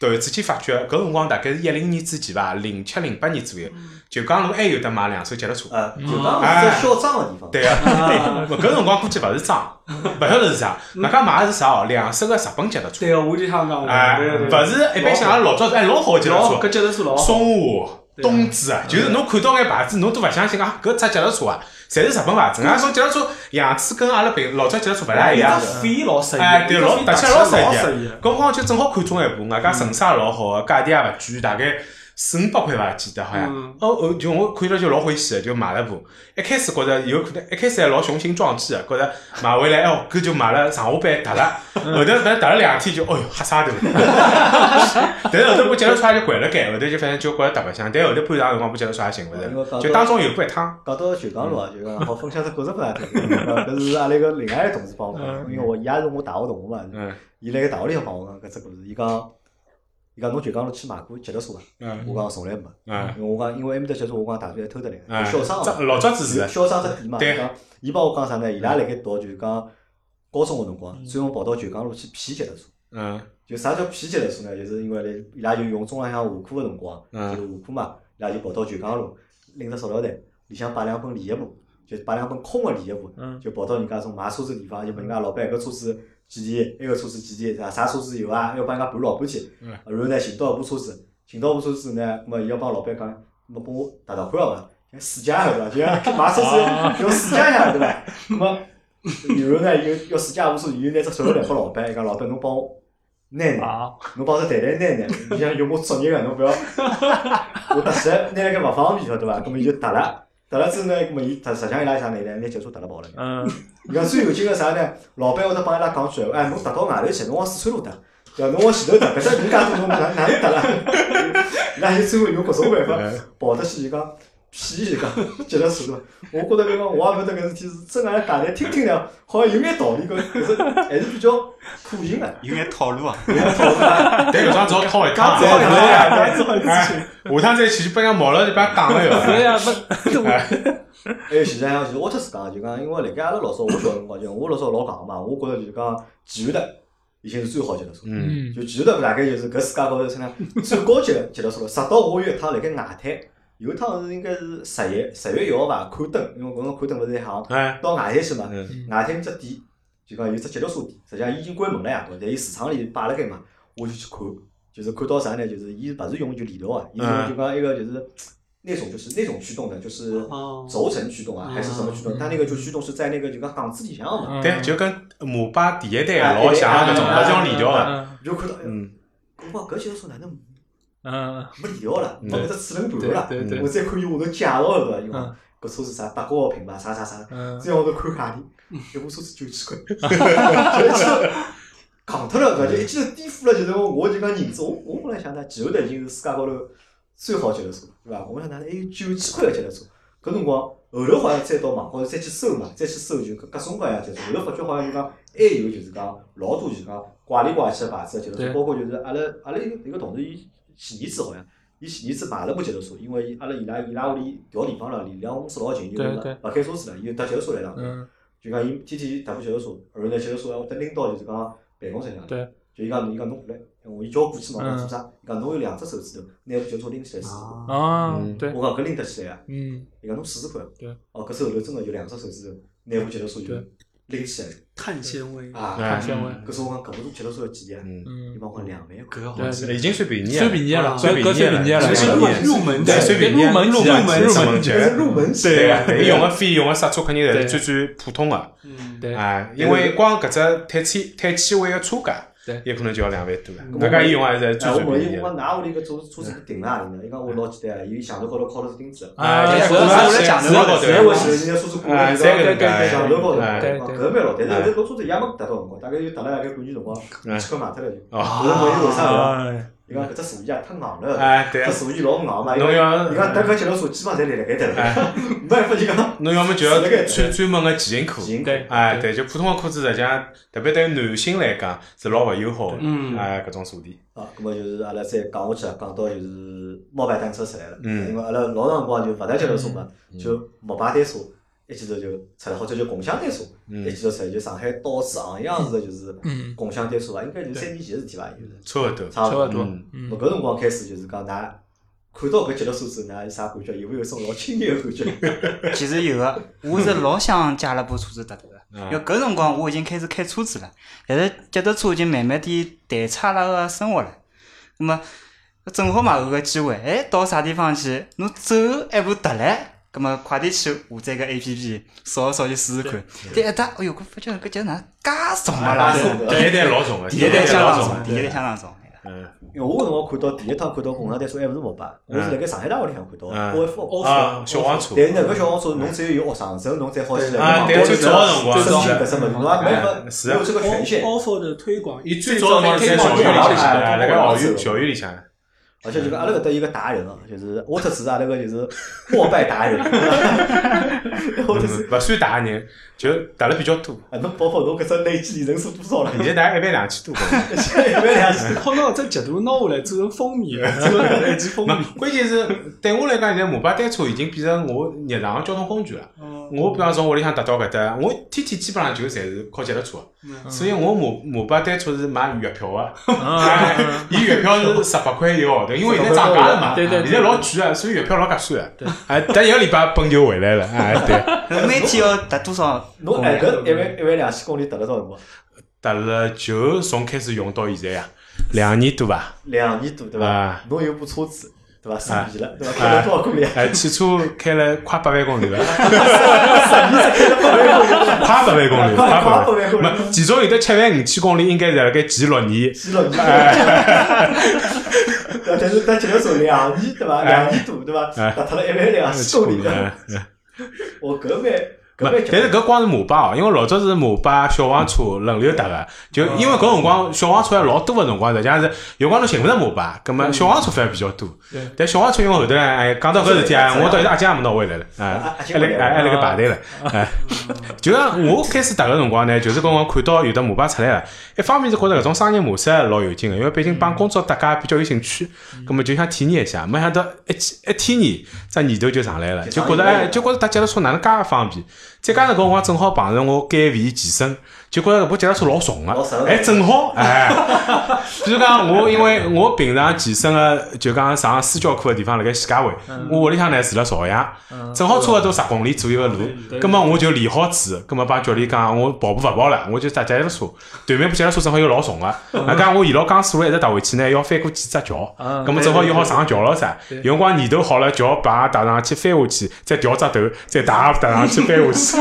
[SPEAKER 4] 突然之间发觉，搿辰光大概是一零年之前吧，零七零八年左右，九江路还有得买两手脚踏车。
[SPEAKER 1] 啊，就讲是嚣张个地方，
[SPEAKER 4] 对啊， <laughs> 搿辰光估计勿是装，勿晓得是啥。外加买的是啥哦？两色个日本脚踏车，
[SPEAKER 5] <laughs> 嗯对个，我就想讲，
[SPEAKER 4] 哎，
[SPEAKER 5] 对个对
[SPEAKER 4] 勿
[SPEAKER 5] 个，
[SPEAKER 4] 是一般性，阿拉老早是哎老好的脚
[SPEAKER 5] 老
[SPEAKER 4] 踏车，
[SPEAKER 5] 搿脚踏车老好，
[SPEAKER 4] 松下、
[SPEAKER 5] 对啊
[SPEAKER 4] 东芝啊，就是侬看到眼牌子，侬都勿相信啊，搿只脚踏车啊，侪是日本牌子。俺说脚踏车样子跟阿拉平老早脚踏车勿大一样
[SPEAKER 5] 伊只。飞老适意，
[SPEAKER 4] 哎，对，老
[SPEAKER 5] 伊只
[SPEAKER 4] 搭
[SPEAKER 5] 飞
[SPEAKER 4] 起
[SPEAKER 5] 搭
[SPEAKER 4] 来
[SPEAKER 5] 起来
[SPEAKER 4] 老
[SPEAKER 5] 老
[SPEAKER 4] 适
[SPEAKER 5] 适
[SPEAKER 4] 意
[SPEAKER 5] 意
[SPEAKER 4] 的。。搿光就正好看中一部，外加成色老好个，价钿也勿贵，大概四五百块伐，记得好像
[SPEAKER 5] 嗯。
[SPEAKER 4] 哦哦，就我看了就老欢喜个，就买了部。一开始觉着有可能，一开始还老雄心壮志个，觉着买回来哦，搿就买了上下班踏了，后头反正踏了两天就，哦哟，吓傻头了。但是后头部脚踏车也就掼了盖，后头就反正就觉着踏白相，但后头半场辰光部脚踏车也寻
[SPEAKER 1] 因为讲
[SPEAKER 4] 勿着，
[SPEAKER 1] 到
[SPEAKER 4] 就当中有过一趟。
[SPEAKER 1] 讲到九江路
[SPEAKER 4] 嗯
[SPEAKER 1] 啊，就讲好分享只故事拨大家听。呃搿是阿拉一个另外一个同事帮我讲，因为我伊也是我大学同学嘛，
[SPEAKER 4] 嗯
[SPEAKER 1] 伊辣盖大学里向帮我讲搿只故事，伊讲伊讲侬九江路去买过脚踏车伐？啊
[SPEAKER 4] 嗯
[SPEAKER 1] 我讲从来没，
[SPEAKER 4] 嗯
[SPEAKER 1] 因为我讲因为埃面搭脚踏车我讲大学里偷得来
[SPEAKER 4] 嗯
[SPEAKER 1] 的，嚣张嘛
[SPEAKER 4] 这老早子是的
[SPEAKER 1] 嚣张只点嘛。
[SPEAKER 4] 对啊嗯
[SPEAKER 1] 伊讲伊帮我讲啥呢？伊拉辣盖读就是讲高中个辰光，专门跑到九江路去骗脚踏车。
[SPEAKER 4] 嗯
[SPEAKER 1] 就啥叫皮脚踏车呢？就是因为嘞，伊拉就用中浪向下课个辰光，
[SPEAKER 4] 嗯
[SPEAKER 1] 就是下课嘛，伊拉就跑到九江路，拎只塑料袋，里向摆两本利叶布，就摆两本空个利叶布，
[SPEAKER 2] 嗯
[SPEAKER 1] 就跑到人家种卖车子地方，就问人家老板搿车子几钿，埃个车子几钿，啥啥车子有啊？要帮人家盘老半天，
[SPEAKER 4] 嗯
[SPEAKER 1] 然后呢寻到一部车子，寻到一部车子呢，咾么伊要帮老板讲，咾么帮我打打看好伐？像试驾一下对伐？就像买车
[SPEAKER 4] 啊
[SPEAKER 1] <laughs> 子要试驾一下对伐？咾么。然后呢，又要试驾无数，又拿只手榴弹拨老板，伊讲老板侬帮我拿拿，
[SPEAKER 2] 啊，
[SPEAKER 1] 侬帮我只袋袋拿拿，你想用我作业个，侬不要，我踏实拿了个勿方便晓得伐？搿么伊就踏了，踏了之后呢，搿么伊踏实际上伊拉啥呢？伊拉拿脚车踏了跑了。
[SPEAKER 2] 嗯，
[SPEAKER 1] 伊讲最有劲个啥呢？老板会得帮伊拉讲句闲话，哎，侬踏到外头去，侬往四川路踏，对伐？侬往前头踏，搿只人家多，侬哪哪能踏啦？ <laughs> 伊拉就最后用搿种办法
[SPEAKER 4] 嗯
[SPEAKER 1] 跑得去，伊讲屁，伊讲脚踏车对伐？我觉着搿讲我也勿晓得搿事体是真还是假的，听听呢，好像有眼道理，搿搿是还是比较可行个。
[SPEAKER 3] 有眼套路啊。
[SPEAKER 4] 但搿桩只好掏一
[SPEAKER 1] 刚才
[SPEAKER 4] 趟，对
[SPEAKER 1] 对
[SPEAKER 4] 呀
[SPEAKER 1] 呀，
[SPEAKER 4] 哎下趟再去就被人家毛了，就被人家打了哟。
[SPEAKER 2] 对呀，不，
[SPEAKER 4] 哎
[SPEAKER 1] 还有现在像就是我特自讲，就讲因为辣盖阿拉老早我小辰光，就我老早老戆嘛，我觉着就是讲骑行的已经是最好的脚踏车。
[SPEAKER 4] 嗯，
[SPEAKER 2] 嗯
[SPEAKER 1] 就骑行的大概就是搿世界高头称呢最高级的脚踏车了。直到我有一趟辣盖外滩，有一趟是应该是十月十月一号吧，看灯，因为搿辰光看灯勿是一行，
[SPEAKER 4] 哎，
[SPEAKER 1] 到外滩去嘛，
[SPEAKER 4] 嗯
[SPEAKER 1] 外滩只店就讲有只脚踏车店，实际上伊已经关门了呀，但伊市场里摆辣盖嘛，我就去看，就是看到啥呢？就是伊勿是用就链条啊，伊是用就讲一个就是那种就是那种驱动的，就是
[SPEAKER 5] 哦
[SPEAKER 1] 轴承驱动啊，还是什么驱动？它那个就驱动是在那个就讲档次里向
[SPEAKER 2] 嗯
[SPEAKER 1] 的嘛，
[SPEAKER 4] 对，就跟摩拜第一代老像搿种，
[SPEAKER 1] 哎
[SPEAKER 4] 勿是用链条的。
[SPEAKER 2] 嗯
[SPEAKER 1] 就看到，哎呦
[SPEAKER 4] 嗯，
[SPEAKER 1] 我讲搿就是说哪能
[SPEAKER 2] 嗯，
[SPEAKER 1] 没链条了，
[SPEAKER 4] 嗯
[SPEAKER 1] 没搿只齿轮盘
[SPEAKER 2] 对
[SPEAKER 1] 了，
[SPEAKER 2] 对对
[SPEAKER 1] 我，再看伊下头介绍的对伐？伊
[SPEAKER 2] 嗯
[SPEAKER 1] 讲搿车是啥德国个品牌，啥啥啥，
[SPEAKER 2] 嗯
[SPEAKER 1] 再往头看价钿，一部车子九千块，就一记戆脱了，搿就一记头颠覆了，就是我我就讲认知，我我本来想呢，前头的已经是世界高头最好的脚踏车，对伐？我想哪能还有九千块个脚踏车？搿辰光后头好像再到网高头再去搜嘛，再去搜就各各种各样的脚踏车，后头发觉好像就讲还有就是讲老多就是讲怪里怪气个牌子个脚踏
[SPEAKER 2] 对
[SPEAKER 1] 车，包括就是阿拉阿拉一个一个同事伊前年子好像。伊前年子买了部脚踏车，因为伊阿拉伊拉伊拉屋里调地方了，离离公司老近，就
[SPEAKER 2] 对
[SPEAKER 1] 勿
[SPEAKER 2] 对
[SPEAKER 1] 勿开车子了，伊就搭脚踏车来上班。
[SPEAKER 2] 嗯，
[SPEAKER 1] 就讲伊天天踏部脚踏车，然后呢，脚踏车还会得拎到就是讲办公室里向。
[SPEAKER 2] 对。
[SPEAKER 1] 就伊讲，伊讲侬过来，我伊叫我过去嘛，我讲
[SPEAKER 2] 嗯
[SPEAKER 1] 做啥？伊讲侬有两只手指头，拿部脚踏车拎起来试试。
[SPEAKER 4] 嗯
[SPEAKER 5] 啊
[SPEAKER 2] 啊，对，
[SPEAKER 1] 我讲搿拎得起来啊！
[SPEAKER 2] 嗯，
[SPEAKER 1] 伊讲侬试试看。
[SPEAKER 2] 对。
[SPEAKER 1] 哦，搿手头真的有两只手指头，拿部脚踏车就
[SPEAKER 2] 对
[SPEAKER 1] 拎起来
[SPEAKER 5] 碳纤维，
[SPEAKER 1] 啊，
[SPEAKER 4] 哎
[SPEAKER 2] 碳纤维，
[SPEAKER 1] 搿是我讲搿部车脚踏车的几钿啊？
[SPEAKER 4] 嗯，
[SPEAKER 1] 伊
[SPEAKER 2] 嗯，
[SPEAKER 1] 帮我讲两万
[SPEAKER 5] 搿
[SPEAKER 1] 块，
[SPEAKER 5] 个好
[SPEAKER 2] 对
[SPEAKER 4] 已经算便宜了，
[SPEAKER 2] 算便宜了，
[SPEAKER 4] 算
[SPEAKER 2] 搿
[SPEAKER 4] 便宜了
[SPEAKER 2] 搿算便宜了，
[SPEAKER 4] 对
[SPEAKER 5] 是
[SPEAKER 4] 算便宜
[SPEAKER 5] 入门
[SPEAKER 4] 对，
[SPEAKER 5] 级
[SPEAKER 4] 算便宜，
[SPEAKER 2] 入门级
[SPEAKER 4] 入
[SPEAKER 2] 啊
[SPEAKER 4] 门入门级，
[SPEAKER 1] 这是入门级
[SPEAKER 4] 对
[SPEAKER 1] 啊
[SPEAKER 4] 啊，伊用个费用个刹车肯定侪是最最普通个，
[SPEAKER 5] 嗯，
[SPEAKER 2] 对
[SPEAKER 4] 啊，因为光搿只碳纤碳纤维个车架
[SPEAKER 2] 对，
[SPEAKER 4] 有可能就要两万多了，大家伊用还是最
[SPEAKER 1] 哎，我
[SPEAKER 4] 最
[SPEAKER 1] 问
[SPEAKER 4] 便
[SPEAKER 1] 伊，
[SPEAKER 4] 宜
[SPEAKER 1] 我
[SPEAKER 4] 的。
[SPEAKER 1] 讲㑚屋里搿车车子停辣何里呢？伊讲我老简单啊，伊墙头高头敲了只钉子。
[SPEAKER 2] 啊，
[SPEAKER 4] 哎
[SPEAKER 2] 是
[SPEAKER 4] 我
[SPEAKER 3] 来
[SPEAKER 2] 是
[SPEAKER 3] 讲的
[SPEAKER 2] 是
[SPEAKER 4] 话对
[SPEAKER 1] 侪会是人家车子过来，
[SPEAKER 4] 哎侪搿能介
[SPEAKER 1] 对墙头高头，
[SPEAKER 4] 哎哎
[SPEAKER 1] 搿
[SPEAKER 2] 对
[SPEAKER 1] 搿蛮老，但是搿车子也没达到辰光，大概就达了大概半年辰光，几块卖脱了就。
[SPEAKER 4] 哦，
[SPEAKER 1] 我问伊为啥勿？
[SPEAKER 5] 哎，
[SPEAKER 1] 伊讲搿只座椅啊太硬了，
[SPEAKER 4] 哎，对啊
[SPEAKER 1] 搿，座椅老硬嘛。伊
[SPEAKER 4] 侬
[SPEAKER 1] 讲
[SPEAKER 4] 要
[SPEAKER 1] 伊讲，等搿脚踏车基本上侪立辣盖头了，
[SPEAKER 4] 哎
[SPEAKER 1] <laughs> 没办法就讲
[SPEAKER 4] 侬要么就要穿专门个骑行裤。
[SPEAKER 1] 行。
[SPEAKER 2] 对
[SPEAKER 4] 哎，对，就普通个裤子，实际上特别对于男性来讲是老勿友好的。
[SPEAKER 5] 嗯
[SPEAKER 4] 哎，搿种坐垫，
[SPEAKER 1] 啊，咁么就是阿拉再讲下去啊，讲到就是摩拜单车出来了，
[SPEAKER 4] 嗯
[SPEAKER 1] 因为阿拉老长辰光就勿谈脚踏车嘛，就摩拜单车一记头就出来，或者就共享单车
[SPEAKER 4] 嗯
[SPEAKER 1] 一记头出来，就上海到处行样子就是
[SPEAKER 2] 嗯
[SPEAKER 1] 共享单车伐，应该就三年前个事体伐，就是
[SPEAKER 4] 差勿多。
[SPEAKER 1] 差
[SPEAKER 2] 差勿多
[SPEAKER 4] 嗯，
[SPEAKER 2] 嗯
[SPEAKER 1] 我搿辰光开始就是讲，㑚看到搿脚踏车之后，㑚有啥感觉？有没有一种老亲切个感觉？
[SPEAKER 3] <laughs>
[SPEAKER 4] <laughs>
[SPEAKER 3] 其实有个，我是老想借阿拉部车子搭搭个，
[SPEAKER 4] 嗯
[SPEAKER 3] 因为搿辰光我已经开始开车子了，但是脚踏车已经慢慢地代替阿拉个生活了。那么正好嘛有个机会，哎，到啥地方去，侬走还不得嘞？葛么快点去下载个 A P P，扫一扫去试试看。但一搭，哎哟，我发觉搿脚哪介重啊啦！
[SPEAKER 4] 第一代老重 <laughs> 个，
[SPEAKER 3] 第一代相
[SPEAKER 4] 老
[SPEAKER 3] 当
[SPEAKER 4] 重
[SPEAKER 3] 重，
[SPEAKER 4] 的
[SPEAKER 3] 第一代相当重。
[SPEAKER 4] 嗯，
[SPEAKER 1] 因为我搿辰光看到第一趟看到共享单车还勿是摩拜，我是辣盖上海大学里向看到
[SPEAKER 4] 嗯
[SPEAKER 1] O F O。
[SPEAKER 4] 啊，小黄车
[SPEAKER 1] 但，是呢，搿小黄车侬只有有学生证，侬才好去来
[SPEAKER 4] 啊，
[SPEAKER 1] 买
[SPEAKER 4] 对，最早个辰光
[SPEAKER 1] 申请
[SPEAKER 4] 是
[SPEAKER 1] 搿只物事，侬也没法
[SPEAKER 4] 嗯哎是啊
[SPEAKER 1] 没有这个权
[SPEAKER 5] offer
[SPEAKER 1] 限。
[SPEAKER 5] offer 的推广，
[SPEAKER 4] 伊最早的辰光是在校园里向，哎辣盖校园校园里向，
[SPEAKER 1] 而且就是阿拉搿搭有个达人啊，就是沃特是阿拉个就是膜拜达人， <laughs> 沃特是
[SPEAKER 4] 嗯勿算大人，就大了比较多。
[SPEAKER 1] 啊，侬包括侬搿只累计里程数多少了？
[SPEAKER 4] 现在大概一万两千多个。
[SPEAKER 1] <laughs> 一千一万两千。
[SPEAKER 5] 好拿只截图拿下来做成封面，做成搿一记封面
[SPEAKER 4] 没，关键是对我来讲，现在摩拜单车已经变成我日常个交通工具了。
[SPEAKER 5] 哦，
[SPEAKER 4] 我比方从屋里向达到搿搭，我天天基本上就侪是靠脚踏车
[SPEAKER 5] 嗯
[SPEAKER 4] 的，所以我摩摩拜单车是买月票个。
[SPEAKER 2] 嗯，
[SPEAKER 4] <laughs> 伊月票是十八块一个号头，因为现在涨价了嘛，
[SPEAKER 2] 对对对
[SPEAKER 4] 现在老贵啊，所以月票老合算啊。哎，但一个礼拜本就回来了，哎，对，
[SPEAKER 3] 每天要达多少？
[SPEAKER 1] 侬哎搿一万一万两千公里达了多少辰光？
[SPEAKER 4] 达了就从开始用到现在啊，两年多吧。
[SPEAKER 1] 两年多对伐
[SPEAKER 4] 啊？
[SPEAKER 1] 侬有部车子对伐？
[SPEAKER 4] 啊
[SPEAKER 1] 十年了对伐？开了多少公里啊？ <laughs>
[SPEAKER 4] 哎，汽车开了快八万公里了，
[SPEAKER 1] 开了八万公里，快八万
[SPEAKER 4] 快八万公里，快八万公
[SPEAKER 1] 公
[SPEAKER 4] 里。
[SPEAKER 1] 里
[SPEAKER 4] 没，其中有的七万五千公里应该是辣盖前六年，
[SPEAKER 1] 几了年。对
[SPEAKER 4] 哎
[SPEAKER 1] 伐 <laughs> 但是但这个时候两年对伐？两年多对伐？
[SPEAKER 4] 哎
[SPEAKER 1] 达脱了一万两千公里了。
[SPEAKER 4] 哎
[SPEAKER 1] 我搿蛮
[SPEAKER 4] 没
[SPEAKER 1] 搿蛮，
[SPEAKER 4] 但是搿光是摩拜哦，因为老早是摩拜、小黄车轮流搭个，就因为搿辰光小黄车还老多个辰光，实际上是有光侬寻勿着摩拜，葛
[SPEAKER 1] 嗯
[SPEAKER 4] 末小黄车反而比较多
[SPEAKER 2] 对。
[SPEAKER 4] 但小黄车因为后头呢，哎，讲到搿事体啊，我到现在阿姐也没拿回来了，哎
[SPEAKER 1] 啊，阿姐
[SPEAKER 4] 还辣
[SPEAKER 1] 回来了
[SPEAKER 4] 哎还辣盖排
[SPEAKER 1] <laughs>
[SPEAKER 4] 队了，哎，就像我开始搭个辰光呢，就是搿辰光看到有的摩拜出来了，一方面是觉着搿种商业模式老有劲个，因为毕竟帮工作搭界比较有兴趣，
[SPEAKER 1] 嗯
[SPEAKER 4] 葛末就想体验一下，没想到一起一体验，这念头就上来了，
[SPEAKER 1] 就
[SPEAKER 4] 就
[SPEAKER 1] 上
[SPEAKER 4] 觉着
[SPEAKER 1] 瘾了
[SPEAKER 4] 哎，就觉着搭脚踏车哪能介方便。再加上搿辰光正好碰着我减肥健身，就觉着搿部脚踏车老重
[SPEAKER 1] 老
[SPEAKER 4] 个
[SPEAKER 1] 沉，
[SPEAKER 4] 哎，正好哎，就是讲我因为我平常健身啊个就讲上私教课个地方辣盖徐家汇，我屋里向呢住辣朝阳，正好差勿多十公里左右个路，葛末我就练好子，葛末帮教练讲我跑步勿跑了，我就搭脚踏车，对面部脚踏车正好又老重个，那讲我沿牢江苏路一直踏回去呢，要翻过几只桥。
[SPEAKER 2] 嗯
[SPEAKER 4] 咁么正好又好上桥了噻，有辰光年头好了，桥把打上去翻下去，再调只头，再打打上去翻下去，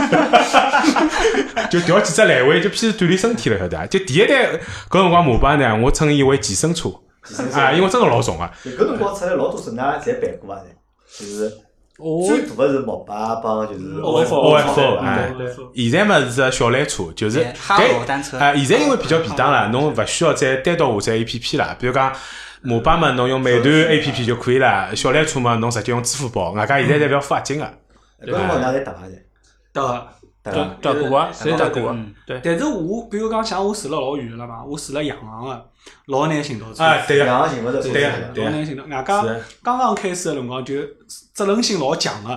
[SPEAKER 4] <laughs> 就调几只来回，就偏是锻炼身体了，晓得伐？就第一代搿辰光摩拜呢，我称伊为健身车
[SPEAKER 1] 几十岁
[SPEAKER 4] 啊，因为真个老重啊，
[SPEAKER 1] 搿辰光出来老多车，㑚侪办过伐？啊侪就是
[SPEAKER 2] 我
[SPEAKER 1] 最大个是摩拜帮就是
[SPEAKER 4] OFO 哎
[SPEAKER 5] 对对对
[SPEAKER 4] 现在嘛是只小缆车，就是
[SPEAKER 3] 对哈
[SPEAKER 4] 但
[SPEAKER 3] 罗单车
[SPEAKER 4] 啊，现在因为比较便当了，侬勿需要再单独下载 A P P 啦，比如讲。摩拜嘛，侬用美团 A P P 就可以了。小缆车嘛，侬直接用支付宝。外加现在侪勿要付押金个。
[SPEAKER 1] 搿辰光㑚侪搭伐侪？
[SPEAKER 5] 的，
[SPEAKER 1] 搭伐
[SPEAKER 2] 搭搭过啊，谁搭过啊？
[SPEAKER 3] 嗯，
[SPEAKER 5] 但是我比如讲像我住了老远了嘛，我住了洋行的，老难寻到车。
[SPEAKER 4] 啊，对个，
[SPEAKER 1] 两个寻勿着车子
[SPEAKER 4] 对
[SPEAKER 1] 了
[SPEAKER 4] 啊
[SPEAKER 1] <laughs>
[SPEAKER 5] 老难寻到，外加
[SPEAKER 4] 是啊
[SPEAKER 5] 刚刚开始的辰光就责任心老强个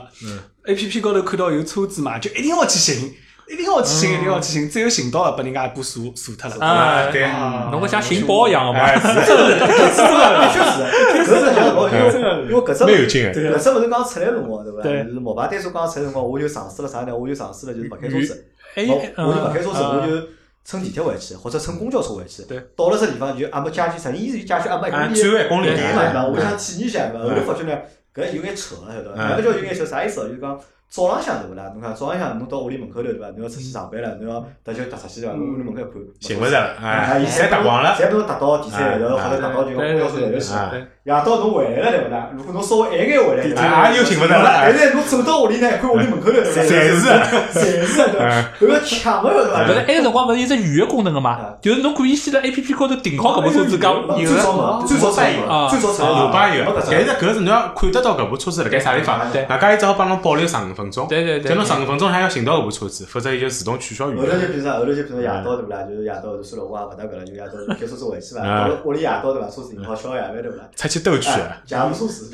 [SPEAKER 5] ，A P P 高头看到有车子嘛，就一定要去寻，一定要去寻，一定要去寻，只有寻到了，拨人家一把锁锁脱了。
[SPEAKER 2] 啊，
[SPEAKER 4] 哎对
[SPEAKER 5] 啊
[SPEAKER 2] 侬搿像寻宝一样个嘛？
[SPEAKER 4] 哎，是
[SPEAKER 1] 的确是，搿是讲老因为因为搿只
[SPEAKER 4] 蛮有劲个。
[SPEAKER 1] 搿只物事刚出来辰光对伐？
[SPEAKER 5] 对
[SPEAKER 1] 就是摩拜单车刚出来辰光，我就尝试了啥呢？我就尝试了就是勿开车子，
[SPEAKER 2] 还
[SPEAKER 4] 哦哎
[SPEAKER 2] 有
[SPEAKER 1] 我
[SPEAKER 2] 一
[SPEAKER 1] 哦
[SPEAKER 4] 呃
[SPEAKER 1] 我就勿开车子，
[SPEAKER 2] 嗯
[SPEAKER 1] 我就乘地铁回去，或者乘公交车回去。
[SPEAKER 4] 对，
[SPEAKER 1] 到了这地方就啊阿没加起，实际是加起阿没一
[SPEAKER 4] 啊，
[SPEAKER 1] 公里
[SPEAKER 4] 最后一公里，
[SPEAKER 1] 对嘛，对伐？我
[SPEAKER 4] 嗯
[SPEAKER 1] 想体验一下嘛，后头发觉呢，搿有眼扯了，晓得伐？
[SPEAKER 4] 嗯
[SPEAKER 1] 哪个叫有眼扯？啥意思哦？就是讲早浪向对勿啦？侬看早浪向侬到屋里门口头对伐？侬要出去上班了，侬要搭就搭出去对伐？侬屋里门口一看，
[SPEAKER 4] 寻勿着嗯了，哎，
[SPEAKER 1] 伊
[SPEAKER 4] 侪打光了，哎
[SPEAKER 1] 侪拨侬搭到地铁后头，或者搭到就公交车站头去。
[SPEAKER 4] 啊，
[SPEAKER 2] 哎
[SPEAKER 1] 夜到侬回来了对勿啦？如果侬稍微晚眼回来对伐，
[SPEAKER 4] 啊又寻勿着了
[SPEAKER 1] 但是侬走到屋里呢，看屋里门口头对伐？
[SPEAKER 4] 侪是
[SPEAKER 1] 侪是对
[SPEAKER 4] 哎
[SPEAKER 1] 伐？搿要抢个对伐？
[SPEAKER 2] 勿是，埃个辰光勿是有只预约功能个嘛
[SPEAKER 4] 哎
[SPEAKER 1] 啊？
[SPEAKER 2] 就是侬可以先辣 A P P 高头订好搿部车子，讲
[SPEAKER 1] 最早嘛，最早才
[SPEAKER 2] 啊
[SPEAKER 1] 最早才
[SPEAKER 4] 啊，
[SPEAKER 1] 有
[SPEAKER 4] 有吧有
[SPEAKER 1] 没搿，只
[SPEAKER 4] 但是搿是侬要看得到搿部车子辣盖啥地方，
[SPEAKER 2] 对
[SPEAKER 4] 外加伊只好帮侬保留十五分钟，
[SPEAKER 2] 对对对
[SPEAKER 4] 哎就侬十五分钟还要寻到搿部车子，否则伊就自动取消预
[SPEAKER 1] 后头就
[SPEAKER 4] 约。
[SPEAKER 1] 变成啥？后头就变成夜到对不啦？就是夜到就算了，我也勿搭搿了，就夜到就开车子回去伐。
[SPEAKER 4] 啊
[SPEAKER 1] 到了屋里夜到对伐？车子停好，吃好夜饭对不
[SPEAKER 4] <laughs>
[SPEAKER 1] 啦？
[SPEAKER 4] 出去兜去，
[SPEAKER 1] 哎也无所事，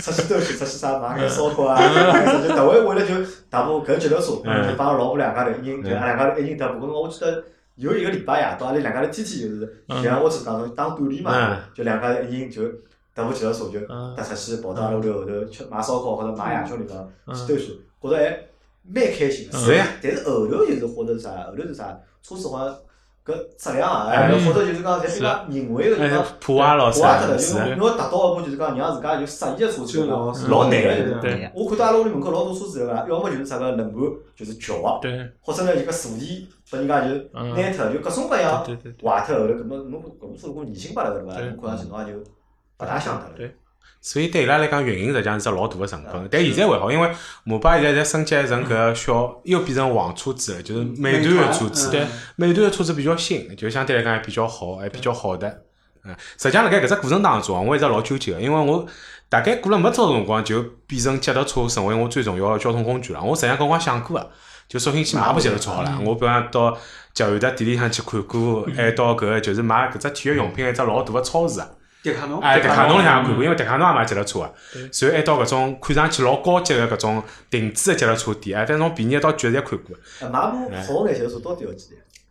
[SPEAKER 1] 出去兜去，出去啥买个烧烤啊，啥就特为为了就打部搿脚踏车，
[SPEAKER 4] 嗯
[SPEAKER 1] 就帮阿拉老婆两家头一人，就
[SPEAKER 4] 嗯
[SPEAKER 1] 阿拉两家头一人踏步。搿辰光我记得有一个礼拜夜到，阿拉两家头天天就是，像我只当中当锻炼嘛
[SPEAKER 4] 嗯，
[SPEAKER 1] 就两家头一人就踏部脚踏车就
[SPEAKER 2] 嗯
[SPEAKER 1] 搭出去，跑到阿拉屋头后头吃买烧烤或者买夜宵地方
[SPEAKER 2] 嗯
[SPEAKER 1] 去兜去，觉着还蛮开心的。
[SPEAKER 4] 是呀
[SPEAKER 1] 但是后头就是或者是啥，后头是啥，车子好像搿质量啊，哎或者就是讲侪比较人为个就是
[SPEAKER 4] 哎
[SPEAKER 1] 讲。，
[SPEAKER 4] 普瓦老师
[SPEAKER 1] 我也得了，
[SPEAKER 4] 是啊
[SPEAKER 1] 就，是侬要达到一步，就是讲让自家就适意个车子，老
[SPEAKER 4] 老
[SPEAKER 1] 难个
[SPEAKER 4] 难的
[SPEAKER 1] 就是。
[SPEAKER 2] 对
[SPEAKER 1] 我看到阿拉屋里门口老多车子对伐？要么就是啥个轮盘就是翘啊，
[SPEAKER 2] 对
[SPEAKER 1] 或者呢一个坐垫拨人家就
[SPEAKER 2] 嗯
[SPEAKER 1] 拿脱，就各种各样
[SPEAKER 2] 对对对
[SPEAKER 1] 坏脱后头，搿么侬搿种车如果年轻摆辣搿对伐？
[SPEAKER 2] 对
[SPEAKER 1] 侬看上去侬也就勿大想得了。
[SPEAKER 2] 对
[SPEAKER 4] 所以对伊拉来讲，运营实际上是只老大个成本。但现在还好，因为摩拜现在侪升级成搿小，又变成黄车子了，就是美团嗯个车
[SPEAKER 5] 嗯
[SPEAKER 4] 子。
[SPEAKER 2] 对，
[SPEAKER 4] 嗯美团的车子比较新，就相对来讲还比较好，还比较好的。嗯，实际上辣盖搿只过程当中啊，我一直老纠结个，因为我大概过了没多少辰光，就变成脚踏车成为我最重要的交通工具了。我实际上搿辰光想过个，就索性去买部脚踏车好了。我比方到集团的店里向去看过，还到搿个就是买搿只体育用品的一只老大个超市啊。
[SPEAKER 5] 迪卡侬，
[SPEAKER 4] 哎，迪卡侬里向看过，因为迪卡侬也买脚踏车个，啊所以还到搿种看上去老高级个搿种定制个脚踏车店，哎，但是从便宜到贵侪看过。
[SPEAKER 1] 哎买部好眼些车到底要几钿？㑚就讲两万块跟入门，
[SPEAKER 4] 哦
[SPEAKER 5] 好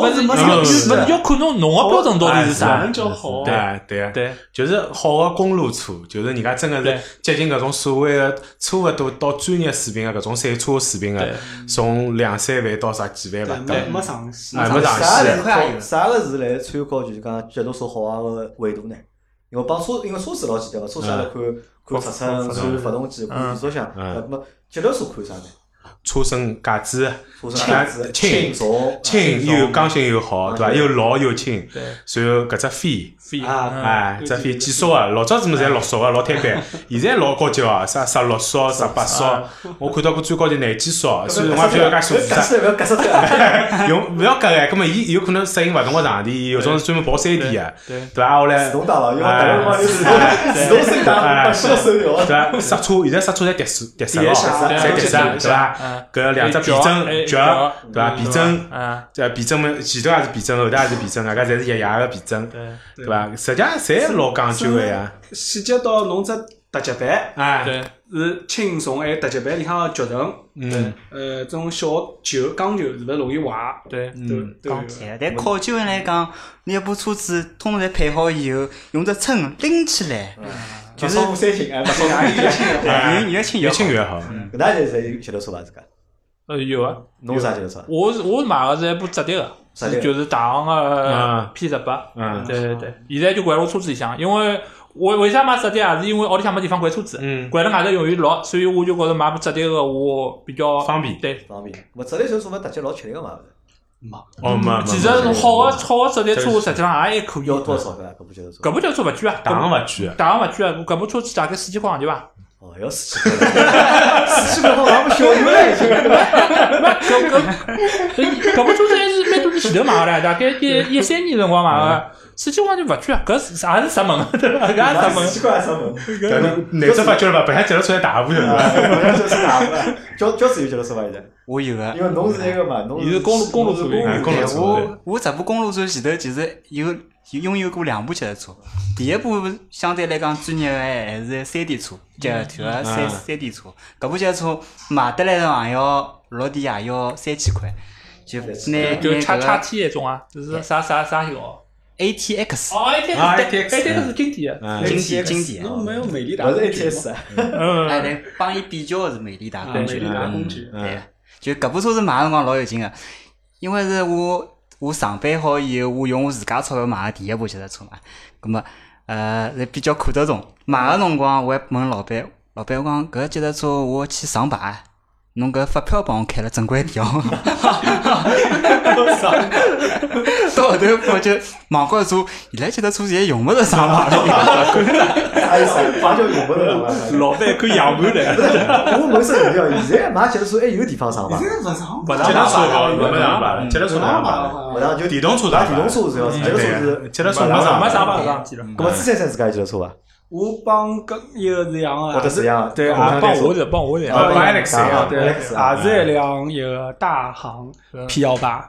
[SPEAKER 2] 勿是
[SPEAKER 5] 没
[SPEAKER 2] 勿
[SPEAKER 5] 啥
[SPEAKER 4] 意
[SPEAKER 2] 是
[SPEAKER 4] 思哦
[SPEAKER 2] 要勿是要看侬侬个标准到底是
[SPEAKER 5] 哪
[SPEAKER 2] 啥
[SPEAKER 5] 能？叫好？
[SPEAKER 4] 对啊对啊，
[SPEAKER 2] 哦对，
[SPEAKER 4] 就是好个公路车，就是人家真个
[SPEAKER 2] 对
[SPEAKER 4] 是接近搿种所谓个差勿多到专业水平个搿种赛车水平个
[SPEAKER 2] 对，
[SPEAKER 4] 从两三万到啥几万勿
[SPEAKER 5] 对，
[SPEAKER 4] 等。
[SPEAKER 5] 没没上市，
[SPEAKER 4] 哎没上市
[SPEAKER 1] 啥
[SPEAKER 4] 是
[SPEAKER 1] 来
[SPEAKER 3] 快
[SPEAKER 1] 考
[SPEAKER 3] 有
[SPEAKER 1] 啥个是来参考就是讲脚踏车好坏个维度呢？因为帮车，因为车子老简单个，车子阿拉看看尺寸、看发动机、看变速箱，
[SPEAKER 4] 嗯
[SPEAKER 1] 那么脚踏车看啥呢？
[SPEAKER 4] 车身架子
[SPEAKER 1] 车身架子
[SPEAKER 4] 轻
[SPEAKER 1] 轻重、
[SPEAKER 4] 轻又刚性又好，对伐？又老又轻，
[SPEAKER 2] 对
[SPEAKER 4] 然后搿只飞。
[SPEAKER 2] 嗯
[SPEAKER 5] 啊，
[SPEAKER 4] 哎，这飞几烧啊！老早子么
[SPEAKER 2] 哎
[SPEAKER 4] 侪六烧个，老摊
[SPEAKER 2] <laughs>
[SPEAKER 4] 板，现在老高级哦，啥十六烧、十八
[SPEAKER 2] 啊
[SPEAKER 4] 烧，我看到过最高级廿几
[SPEAKER 2] <laughs>
[SPEAKER 4] 烧，啊所以我也不晓得介数
[SPEAKER 1] 夹
[SPEAKER 4] 字。
[SPEAKER 1] 死要夹死脱，
[SPEAKER 4] 用勿要夹哎，葛么伊有可能适应勿同个场地，有种是专门跑山地个，
[SPEAKER 2] 对
[SPEAKER 4] 伐？啊，后来
[SPEAKER 1] 自动挡了，因为打
[SPEAKER 4] 哎
[SPEAKER 1] 个光就自动自动升档，不需要手
[SPEAKER 4] 对
[SPEAKER 1] 摇。
[SPEAKER 4] 伐？刹车现在刹车侪碟刹，碟
[SPEAKER 2] 啊
[SPEAKER 4] 刹
[SPEAKER 1] 碟
[SPEAKER 4] 哦，
[SPEAKER 1] 刹
[SPEAKER 4] 侪碟刹，对伐
[SPEAKER 2] 嗯？
[SPEAKER 4] 搿哎两只避震
[SPEAKER 2] 哎
[SPEAKER 4] 脚，对伐？避震，
[SPEAKER 2] 啊，
[SPEAKER 4] 这避震么前头也是避震，后头也是避震，外加侪是一样个避震，
[SPEAKER 2] 对
[SPEAKER 4] 对伐？实际上侪老讲究个呀，
[SPEAKER 5] 细节到侬只特级版
[SPEAKER 4] 哎，
[SPEAKER 2] 对
[SPEAKER 5] 是轻松，还有特级版里向个轴承，
[SPEAKER 4] 嗯
[SPEAKER 5] 呃，这种小球钢球是勿是容易坏？
[SPEAKER 2] 对
[SPEAKER 4] 嗯
[SPEAKER 5] 都都有
[SPEAKER 3] 钢铁，但考究人来讲，你一部车子通常侪配好以后，用只撑拎起来，就是
[SPEAKER 1] 超过三星，哎，不超过
[SPEAKER 5] 啊，越轻越好。
[SPEAKER 3] 越越轻
[SPEAKER 4] 越
[SPEAKER 3] 越
[SPEAKER 4] 轻
[SPEAKER 3] 好。
[SPEAKER 4] 越好。
[SPEAKER 1] 搿哪就是脚踏车伐？自家，
[SPEAKER 2] 呃有啊，
[SPEAKER 1] 侬啥脚踏车？
[SPEAKER 2] 我是我是买个是一部折叠个，
[SPEAKER 1] 折叠
[SPEAKER 2] 是就是大行个
[SPEAKER 4] 嗯
[SPEAKER 2] P 十八，
[SPEAKER 4] 嗯
[SPEAKER 2] 对对对，现在就掼辣我车子里向，因为我为啥买折叠，也啊是因为屋里向没地方掼车子，
[SPEAKER 4] 嗯
[SPEAKER 2] 掼辣外头容易落，所以我就觉着买部折叠个我比较
[SPEAKER 4] 方便
[SPEAKER 2] 对，
[SPEAKER 1] 方便。我这类小车嘛，特级老吃力个嘛，
[SPEAKER 4] 哦，没没，
[SPEAKER 2] 其实好个啊好个折叠车实际上也还可以，啊
[SPEAKER 1] 要多少个搿部脚踏车？
[SPEAKER 2] 搿部轿车勿贵啊，
[SPEAKER 4] 打勿贵，
[SPEAKER 2] 大行勿贵啊，搿部车子大概四千块行钿伐？
[SPEAKER 1] 哦，要四千块，四千块好像不小油了已经。
[SPEAKER 2] 搿搿搿部车子还是蛮多年前头买个唻，大概一一三年辰光买
[SPEAKER 4] 嗯
[SPEAKER 2] 个，四千块就勿贵啊，搿是也是石门个对伐？搿也是石
[SPEAKER 4] <laughs>
[SPEAKER 2] 门
[SPEAKER 1] 奇怪什么？
[SPEAKER 4] 对难着发觉了吧？白相脚踏车侪大部分
[SPEAKER 1] 啊，好像就是哪个？交交自由就是吧？现在，
[SPEAKER 3] 我有个
[SPEAKER 1] 因，为侬是那个嘛，侬
[SPEAKER 2] 你是公路公路车
[SPEAKER 1] 侬是
[SPEAKER 4] 哎公路车
[SPEAKER 3] 我我这部公路车前头其实有拥有过两部脚踏车，第一部相对来讲专业的还是山地车，脚就个山山地车。搿部脚踏车买得来的也要落地也要三千块，就拿拿
[SPEAKER 2] 就叉叉
[SPEAKER 3] 搿
[SPEAKER 2] T 那种啊，就是啥啥啥型哦。
[SPEAKER 3] A T X
[SPEAKER 2] 哦，A T
[SPEAKER 4] 啊
[SPEAKER 2] A T
[SPEAKER 4] ATX
[SPEAKER 2] X 是经典的，
[SPEAKER 4] 嗯
[SPEAKER 3] 经典经典。
[SPEAKER 5] 侬没有美丽达
[SPEAKER 1] 勿
[SPEAKER 5] 工
[SPEAKER 1] 是
[SPEAKER 5] 具吗，
[SPEAKER 1] ATS 啊？
[SPEAKER 3] 哎，
[SPEAKER 2] 嗯，
[SPEAKER 3] 来帮伊比较是美利达
[SPEAKER 5] 啊，
[SPEAKER 3] 工
[SPEAKER 5] 美
[SPEAKER 3] 具
[SPEAKER 5] 利，达工具，
[SPEAKER 3] 对
[SPEAKER 4] 嗯，。
[SPEAKER 3] 就搿部车子买个辰光老有劲个，因为是我我上班好以后，我用我自家钞票买个第一部脚踏车嘛，葛末呃是比较看得重。买个辰光我还问老板，老板我讲搿脚踏车我去上牌，侬搿发票帮我开了正规点哦。 <laughs> 到后头我就网高做，伊拉脚踏车现在用勿着上牌了。
[SPEAKER 1] 啥意思？把就用不着了。
[SPEAKER 5] 老板看养盘 <laughs> 来，
[SPEAKER 1] 我问声问题哦，现在买脚踏车还有地方上伐？
[SPEAKER 5] 勿上
[SPEAKER 4] 脚踏车勿勿上牌了，脚踏车哪上牌了？
[SPEAKER 1] 勿上就
[SPEAKER 4] 电动车
[SPEAKER 1] 打
[SPEAKER 4] 上
[SPEAKER 1] 电动车是要脚踏车是。
[SPEAKER 4] 脚踏车
[SPEAKER 2] 没
[SPEAKER 4] 没上
[SPEAKER 2] 没
[SPEAKER 4] 牌
[SPEAKER 2] 啥嗯
[SPEAKER 4] 了。
[SPEAKER 2] 牌上去了。
[SPEAKER 1] 那么朱三三自家有脚踏车伐？
[SPEAKER 5] 我帮跟有一辆啊，
[SPEAKER 1] 或者是一样？
[SPEAKER 5] 对
[SPEAKER 1] 啊
[SPEAKER 5] 啊，
[SPEAKER 2] 帮我的，帮我的。
[SPEAKER 4] 啊帮 Alex
[SPEAKER 1] 啊
[SPEAKER 5] 啊，对，也
[SPEAKER 1] Alex 啊
[SPEAKER 5] 是一辆一个大行 P 幺八，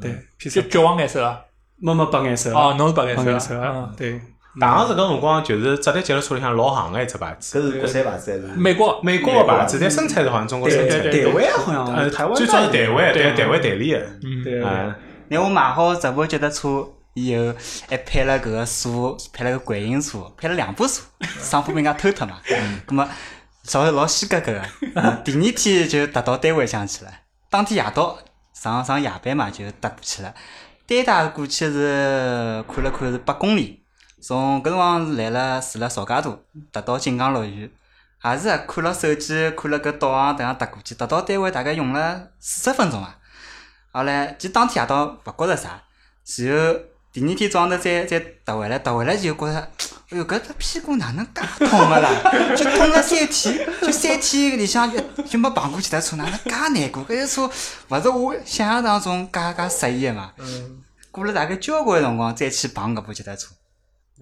[SPEAKER 5] 对，P
[SPEAKER 2] 就
[SPEAKER 5] 三，
[SPEAKER 2] 橘黄颜色啊，
[SPEAKER 5] 没没白颜色，
[SPEAKER 2] 哦，侬是白
[SPEAKER 5] 白
[SPEAKER 2] 颜
[SPEAKER 5] 颜
[SPEAKER 2] 色
[SPEAKER 5] 色
[SPEAKER 2] 啊，嗯，
[SPEAKER 5] 对，
[SPEAKER 4] 大行是搿辰光就是只在脚踏车里向老行个一只牌
[SPEAKER 1] 搿
[SPEAKER 4] 子，
[SPEAKER 1] 是国产牌子还是？
[SPEAKER 2] 嗯美国
[SPEAKER 4] 美国个牌子，但生产是好像中国生产的，
[SPEAKER 5] 台湾好像，
[SPEAKER 4] 呃，
[SPEAKER 5] 台湾哎
[SPEAKER 4] 最早是台湾，对台湾代理的，
[SPEAKER 5] 对，
[SPEAKER 4] 嗯，
[SPEAKER 3] 拿我买好这部脚踏车以后，还配哎了搿个锁，配了个观音锁，配了两把锁，上铺被人家偷脱嘛。咁么，找得老稀格格个。第二天就踏到单位向去了，当天夜到上上夜班嘛，就踏过去了。单带过去是看了看是八公里，从搿辰光是来了住了曹家渡，踏到锦江乐园。也是啊，看了手机，看了搿导航，迭样踏过去，踏到单位大概用了四十分钟啊。后来就当天夜到勿觉着啥，然后第二天早上头再再踏回来，踏回来就觉着，哎哟，搿只屁股哪能介痛个啦？就痛了三天，就三天里向就就没碰过其他车，哪能介难过？搿些车勿是我想象当中介介适意个嘛。过了大概交关辰光再去碰搿部其他车，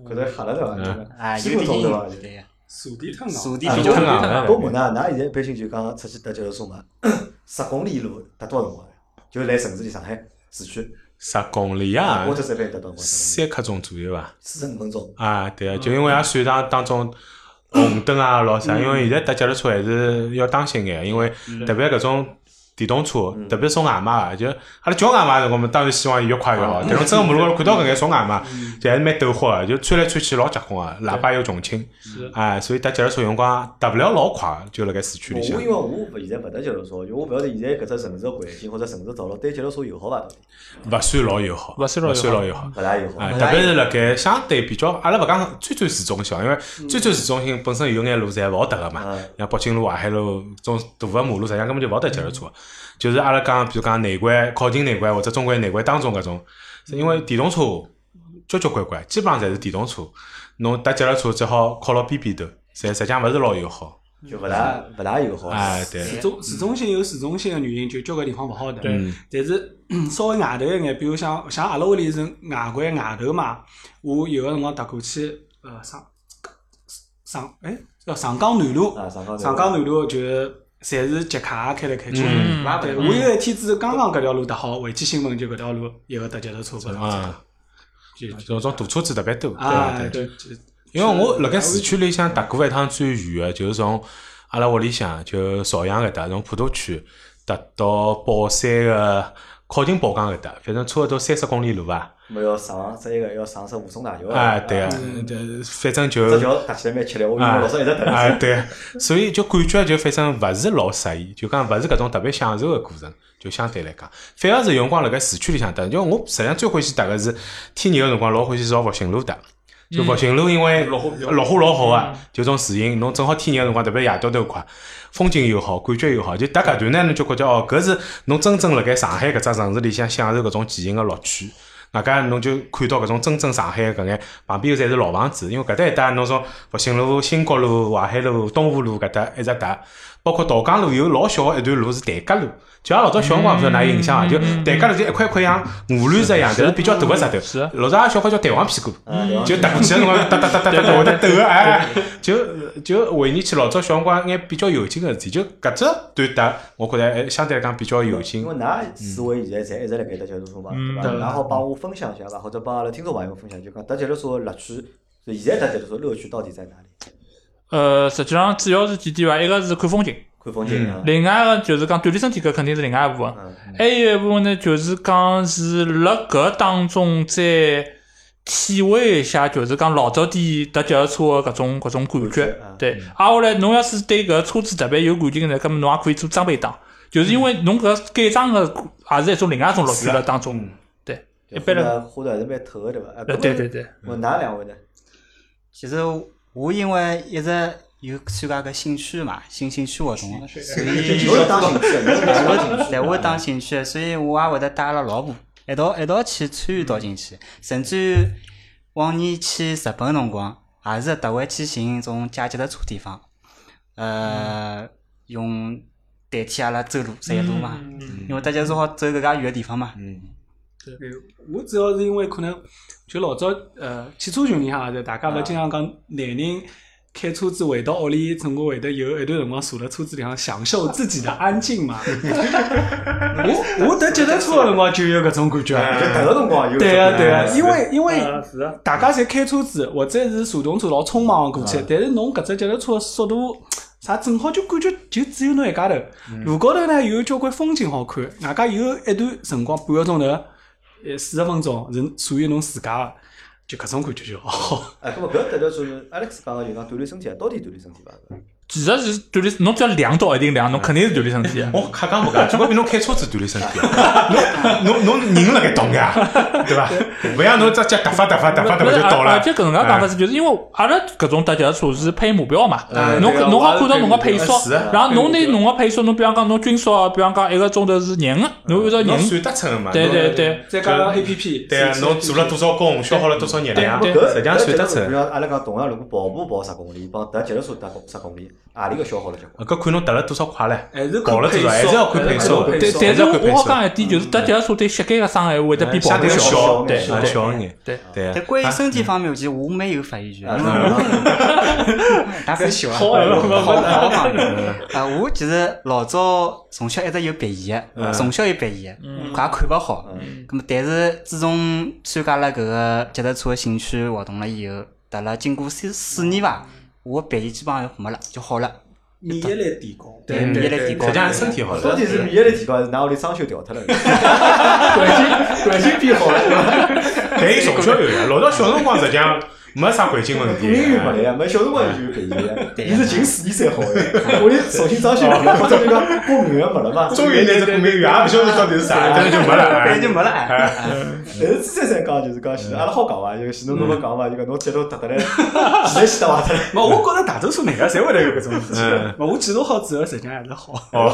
[SPEAKER 1] 搿头吓了对伐？
[SPEAKER 3] 啊，
[SPEAKER 1] 屁
[SPEAKER 3] 有
[SPEAKER 1] 股痛
[SPEAKER 3] 点阴
[SPEAKER 1] 对伐？
[SPEAKER 3] 影，对个，
[SPEAKER 5] 坐地摊
[SPEAKER 3] 坐地
[SPEAKER 1] 啊
[SPEAKER 3] 比
[SPEAKER 4] 就
[SPEAKER 3] 较
[SPEAKER 4] 痛
[SPEAKER 3] 硬。
[SPEAKER 1] 我问㑚，㑚现在一般性就讲出去搭脚踏车嘛，十公里路搭多少辰光？就来城市里上海市区，
[SPEAKER 4] 十公里啊
[SPEAKER 1] 我，这这边搭多少辰光？
[SPEAKER 4] 三刻钟左右伐？
[SPEAKER 1] 四十五分钟。
[SPEAKER 4] 啊，对
[SPEAKER 1] 嗯
[SPEAKER 4] 啊，就因为也算当当中红灯啊老
[SPEAKER 1] 嗯
[SPEAKER 4] 啥，因为现在搭脚踏车还是要当心眼，因为特别搿种。电动车，
[SPEAKER 1] 嗯
[SPEAKER 4] 特别送外卖啊个，就阿拉叫外卖的辰光，我们当然希望伊越快越
[SPEAKER 1] 嗯
[SPEAKER 4] 好。但侬真个马路高头看到搿眼送外卖，就还是蛮抖火个，就窜来窜去老结棍个，喇叭又重轻，哎，所以搭脚踏车辰光踏勿了老快，就辣盖市区
[SPEAKER 1] 我
[SPEAKER 4] 里
[SPEAKER 1] 因
[SPEAKER 4] 向。
[SPEAKER 1] 为我勿现在勿搭脚踏车，就我勿晓得现在搿只城市环境或者城市道路对脚踏车友好伐？到底
[SPEAKER 4] 勿算老友好，
[SPEAKER 2] 勿算老友好
[SPEAKER 4] 算老友好。
[SPEAKER 1] 勿大友好。
[SPEAKER 4] 哎，特别是辣盖相对比较，阿拉勿讲最最市中心，因为最最市中心本身有眼路是还勿好搭个嘛
[SPEAKER 1] 嗯，
[SPEAKER 4] 像北京路、淮海路种大个马路，实际上根本就勿好搭脚踏车。就是阿拉讲，比如讲内环靠近内环或者中环内环当中搿种，是因为电动车交交关关，基本上侪是电动车，侬搭脚踏车只好靠牢边边头，实实际上勿是老友好。
[SPEAKER 1] 就勿大勿大友好。
[SPEAKER 4] 哎，对，
[SPEAKER 5] 市中市中心有市中心的原因，就交关地方勿好的。
[SPEAKER 4] 嗯
[SPEAKER 5] 但是稍微外头一眼，比如像像阿拉屋里是外环外头嘛，我有个辰光踏过去，呃上上哎叫上江南路，
[SPEAKER 1] 啊，上江
[SPEAKER 5] 上江南路就是侪是集卡开来开去。
[SPEAKER 4] 嗯
[SPEAKER 3] 拉
[SPEAKER 5] 对，
[SPEAKER 3] 回
[SPEAKER 5] 我
[SPEAKER 3] 来
[SPEAKER 5] 有一天子刚刚搿条路搭好，回去新闻就搿条路有个搭脚踏车不
[SPEAKER 4] 啊，
[SPEAKER 5] 就就
[SPEAKER 4] 搿种大车子特别多。
[SPEAKER 5] 啊
[SPEAKER 4] 对
[SPEAKER 5] 对，
[SPEAKER 4] 因为我辣盖市区里向踏过一趟最远个，就是从阿拉屋里向就朝阳搿搭，从普陀区踏到宝山个靠近宝江搿搭，反正差勿多三十公里路伐。
[SPEAKER 1] 没要上这一个要上是武松大桥。
[SPEAKER 4] 啊，对
[SPEAKER 1] 啊。
[SPEAKER 4] 啊，
[SPEAKER 5] 嗯
[SPEAKER 4] 呃反正就
[SPEAKER 1] 这桥搭起来蛮吃力，我用老早一直等。
[SPEAKER 4] 啊，哎对啊，所以就感觉就反正勿是老适意，就讲勿是搿种特别享受个过程，就相对来讲，反而是有辰光辣盖市区里向搭，因为我实际上最欢喜搭个是天热个辰光，老欢喜朝复兴路搭。
[SPEAKER 1] 嗯
[SPEAKER 4] 就复兴路，因为绿化老好啊，就种树荫，侬正好天热个辰光，特别夜到头快，风景又好，感觉又好。就搭搿段呢，侬就觉着哦，搿是侬真正辣盖上海搿只城市里向享受搿种骑行个乐趣。外加侬就看到搿种真正上海搿眼旁边侪是老房子，因为搿搭一带侬从复兴路、新国路、淮海路、东湖路搿搭一直搭，包括桃江路有老小个一段路是台阶路，就阿拉老早小辰光勿是哪有印象啊？就台阶路就一块块像鹅卵石一样，但是比较大个石
[SPEAKER 2] 是
[SPEAKER 4] 头，老早阿拉小块叫弹簧屁股。
[SPEAKER 1] 嗯
[SPEAKER 4] 就踏过去个辰光，哒哒哒哒哒哒，会得抖个，哎，就就回忆起老早小辰光眼比较有劲个事体，就搿只段搭，我觉着还相对来讲比较有劲
[SPEAKER 1] 因。为㑚四位现在侪一直辣盖搭脚踏车嘛，对伐？
[SPEAKER 5] 对
[SPEAKER 1] 然后帮我分享一下伐，或者帮阿拉听众朋友分享，就讲搭脚踏车的乐趣，就现在搭脚踏车乐趣到底在哪里？
[SPEAKER 2] 呃，实际上主要是几点伐？一个是看风景，
[SPEAKER 1] 看风景啊，
[SPEAKER 2] 另外个就是讲锻炼身体，搿肯定是另外一部分。
[SPEAKER 1] 嗯，
[SPEAKER 2] 还有一部分呢，就是讲是辣搿当中再体会一下，就是讲老早点搭脚踏车的搿种搿种感
[SPEAKER 1] 感
[SPEAKER 2] 觉
[SPEAKER 1] 觉啊。
[SPEAKER 4] 嗯
[SPEAKER 2] 对，啊，后来侬要是对搿车子特别有感情呢，葛末侬也可以做装备党。就是因为
[SPEAKER 4] 嗯
[SPEAKER 2] 侬搿改装个也是一种另外一种乐趣
[SPEAKER 4] 啊
[SPEAKER 2] 了当中。
[SPEAKER 4] 嗯
[SPEAKER 2] 对，一般
[SPEAKER 1] 花得花
[SPEAKER 2] 人，
[SPEAKER 1] 的还是蛮透的，对伐？啊
[SPEAKER 2] 呃，对对。对，
[SPEAKER 1] 我哪两位呢？
[SPEAKER 3] 其实我因为一直有参加个兴趣嘛，新兴趣活动，所以
[SPEAKER 1] 侬是当兴趣的，侬是哪个兴趣？
[SPEAKER 3] 来我当兴趣，所以我也会得带阿拉老婆一道一道去参与到进去，甚至于往年去日本的辰光，也是特会去寻种借脚踏车地方，呃，用代替阿拉走路走一路嘛，
[SPEAKER 2] 嗯
[SPEAKER 3] 因为大家说好走搿介远个地方嘛，
[SPEAKER 4] 嗯
[SPEAKER 5] 对，我主要是因为可能就老早呃汽车群里向也是，大家勿经常讲男人开车子回到屋里，总归会得有一段辰光坐辣车子里向享受自己的安静嘛。 <laughs> 我我踏脚踏车个辰光就有搿种感觉。
[SPEAKER 1] 就迭个辰光有。
[SPEAKER 5] <laughs> 对
[SPEAKER 1] 呀
[SPEAKER 4] <laughs>
[SPEAKER 5] 啊，对啊，
[SPEAKER 4] 哎
[SPEAKER 1] 呀，
[SPEAKER 5] 因为因为
[SPEAKER 6] 是啊，
[SPEAKER 5] 大家侪开车子，或者是传统车老匆忙地过
[SPEAKER 4] 嗯
[SPEAKER 5] 去，但是侬搿只脚踏车的速度。啥正好就感觉就只有侬一家头，
[SPEAKER 4] 嗯
[SPEAKER 5] 路高头呢有交关风景好看，外加有一段辰光半个钟头，呃四十分钟是属于侬自家的，就搿种感觉
[SPEAKER 4] <laughs>
[SPEAKER 5] 就好。
[SPEAKER 1] 哎，搿么搿搭条就是 Alex 讲个，就讲锻炼身体啊，到底锻炼身体伐？
[SPEAKER 2] 其实是锻炼，侬只要量到一定量，侬肯定是锻炼身体 <laughs> 的。
[SPEAKER 4] 我瞎讲勿讲，结果比侬开车子锻炼身体啊，侬侬侬人辣盖动呀，对伐？勿像侬只脚踏发踏发踏发踏
[SPEAKER 2] 不
[SPEAKER 4] 发就
[SPEAKER 2] 是，
[SPEAKER 4] 倒
[SPEAKER 2] 而
[SPEAKER 4] 了哎
[SPEAKER 2] 而。且搿能介讲法是，就是因为阿拉搿种搭脚踏车是配目标嘛，
[SPEAKER 4] 嗯
[SPEAKER 2] 侬
[SPEAKER 4] 对啊
[SPEAKER 2] 侬好看
[SPEAKER 4] 我
[SPEAKER 2] 到
[SPEAKER 4] 也是
[SPEAKER 2] 侬个
[SPEAKER 4] 配
[SPEAKER 2] 配
[SPEAKER 4] 目
[SPEAKER 2] 速
[SPEAKER 4] 标是啊，
[SPEAKER 2] 然后侬
[SPEAKER 5] 配
[SPEAKER 2] 拿
[SPEAKER 5] 目标
[SPEAKER 2] 侬个配速，侬比方讲侬均速啊，比方讲一个钟头是廿个，侬按照
[SPEAKER 4] 侬
[SPEAKER 2] 廿个，
[SPEAKER 4] 算得称的嘛？
[SPEAKER 2] 对
[SPEAKER 4] 侬
[SPEAKER 2] 对对
[SPEAKER 5] <laughs> 再加上 A P P，
[SPEAKER 4] 对啊，侬做了多少功，消耗了多少热量，
[SPEAKER 1] 搿
[SPEAKER 4] 实际上算得
[SPEAKER 1] 搿比
[SPEAKER 4] 称。
[SPEAKER 1] 方阿拉讲，同样如果跑步跑十公里，帮踏脚踏车踏十公里，何里个消耗了结棍？
[SPEAKER 4] 搿看侬踏了多少快唻？
[SPEAKER 5] 还哎是
[SPEAKER 4] 跑了多少，还是要看
[SPEAKER 5] 哎
[SPEAKER 4] 配速的。
[SPEAKER 2] 对，但
[SPEAKER 4] 还
[SPEAKER 2] 是
[SPEAKER 4] 要看
[SPEAKER 2] 我
[SPEAKER 4] 配
[SPEAKER 2] 好
[SPEAKER 4] 速
[SPEAKER 2] 讲一点，就是搭脚踏车对膝盖个伤害会得比跑
[SPEAKER 4] 相
[SPEAKER 2] 步
[SPEAKER 4] 对
[SPEAKER 1] 地
[SPEAKER 2] 小。
[SPEAKER 4] 小，
[SPEAKER 1] 对
[SPEAKER 4] 啊
[SPEAKER 2] 对
[SPEAKER 4] 小一眼。
[SPEAKER 2] 对
[SPEAKER 4] 对
[SPEAKER 3] 但关于身体方面，我其实我没有发言权，因为我
[SPEAKER 4] 嗯
[SPEAKER 1] 啊，
[SPEAKER 3] 大家喜欢。好好方面啊！我其实老早从小一直有鼻炎的，从小有鼻炎，也看勿好。咁么，但是自从参加了搿个脚踏车的兴趣活动了以后，达了经过四四年伐，我鼻炎基本上就没了，就好了，
[SPEAKER 5] 免疫力提高，
[SPEAKER 3] 对免疫力提高
[SPEAKER 4] 实际。上身体好
[SPEAKER 1] 到
[SPEAKER 4] 了。
[SPEAKER 1] 底是免疫力提高，还是㑚屋里装修掉
[SPEAKER 4] <laughs>
[SPEAKER 1] 脱了？
[SPEAKER 4] 啊
[SPEAKER 5] 关心变好了。
[SPEAKER 4] 但伊从小有呀，老早小辰光实际上没啥环境问题
[SPEAKER 1] 英。语没来呀，没小辰光就有鼻炎，
[SPEAKER 4] 啊
[SPEAKER 1] 伊是近四年才好的。屋里重新装修掉，或者就讲过敏源没了嘛。
[SPEAKER 4] <laughs> 终于拿只股民园，也勿晓得到底是 <laughs> 啥，但是就没了。
[SPEAKER 3] 鼻
[SPEAKER 4] 哎
[SPEAKER 3] 炎就没了哎。
[SPEAKER 1] 但是之前才讲就是讲，
[SPEAKER 4] 嗯
[SPEAKER 1] 阿拉好讲伐？就是侬侬勿讲伐？就讲侬接到踏踏
[SPEAKER 4] <laughs>
[SPEAKER 1] 来，前头先踏伐脱
[SPEAKER 5] 没，我觉着大多数人家侪会得有搿种事
[SPEAKER 4] 嗯
[SPEAKER 5] 体。没我记录好之后，实际上还是好。
[SPEAKER 1] 了。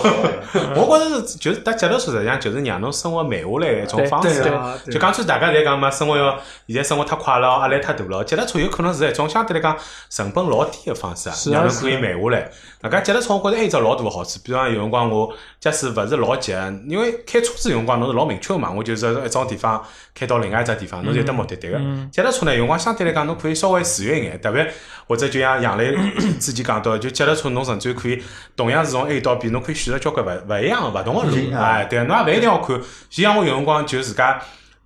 [SPEAKER 4] 我觉着是，就是搭脚踏车，实际上就是让侬生活慢下来的一种方式
[SPEAKER 5] 对啊。对
[SPEAKER 4] 就讲穿大家侪讲嘛，生活要现在生活太快了，压力太大了。脚踏车有可能是一种相对来讲成本老低的方式啊，
[SPEAKER 2] 是啊
[SPEAKER 4] 让侬可
[SPEAKER 2] 是
[SPEAKER 4] 以
[SPEAKER 2] 啊
[SPEAKER 4] 慢下来。外加脚踏车，我觉着还有一只老大的好处，比方有辰光我假使勿是老急，因为开车子有辰光侬是老明确的嘛，我就是一种地方开到另外一只地
[SPEAKER 1] 嗯
[SPEAKER 4] 方，侬是有得目的地个。脚踏车呢，有辰光相对来讲侬可以稍微自由一眼，特别或者就像杨磊之前讲到的，就脚踏车侬甚至可以同样是从 A 到 B，侬可以选择交关勿勿一样的勿同的
[SPEAKER 1] 嗯
[SPEAKER 4] 路，
[SPEAKER 1] 啊
[SPEAKER 4] 哎，对，侬也勿一定要看。就像我有辰光就自家。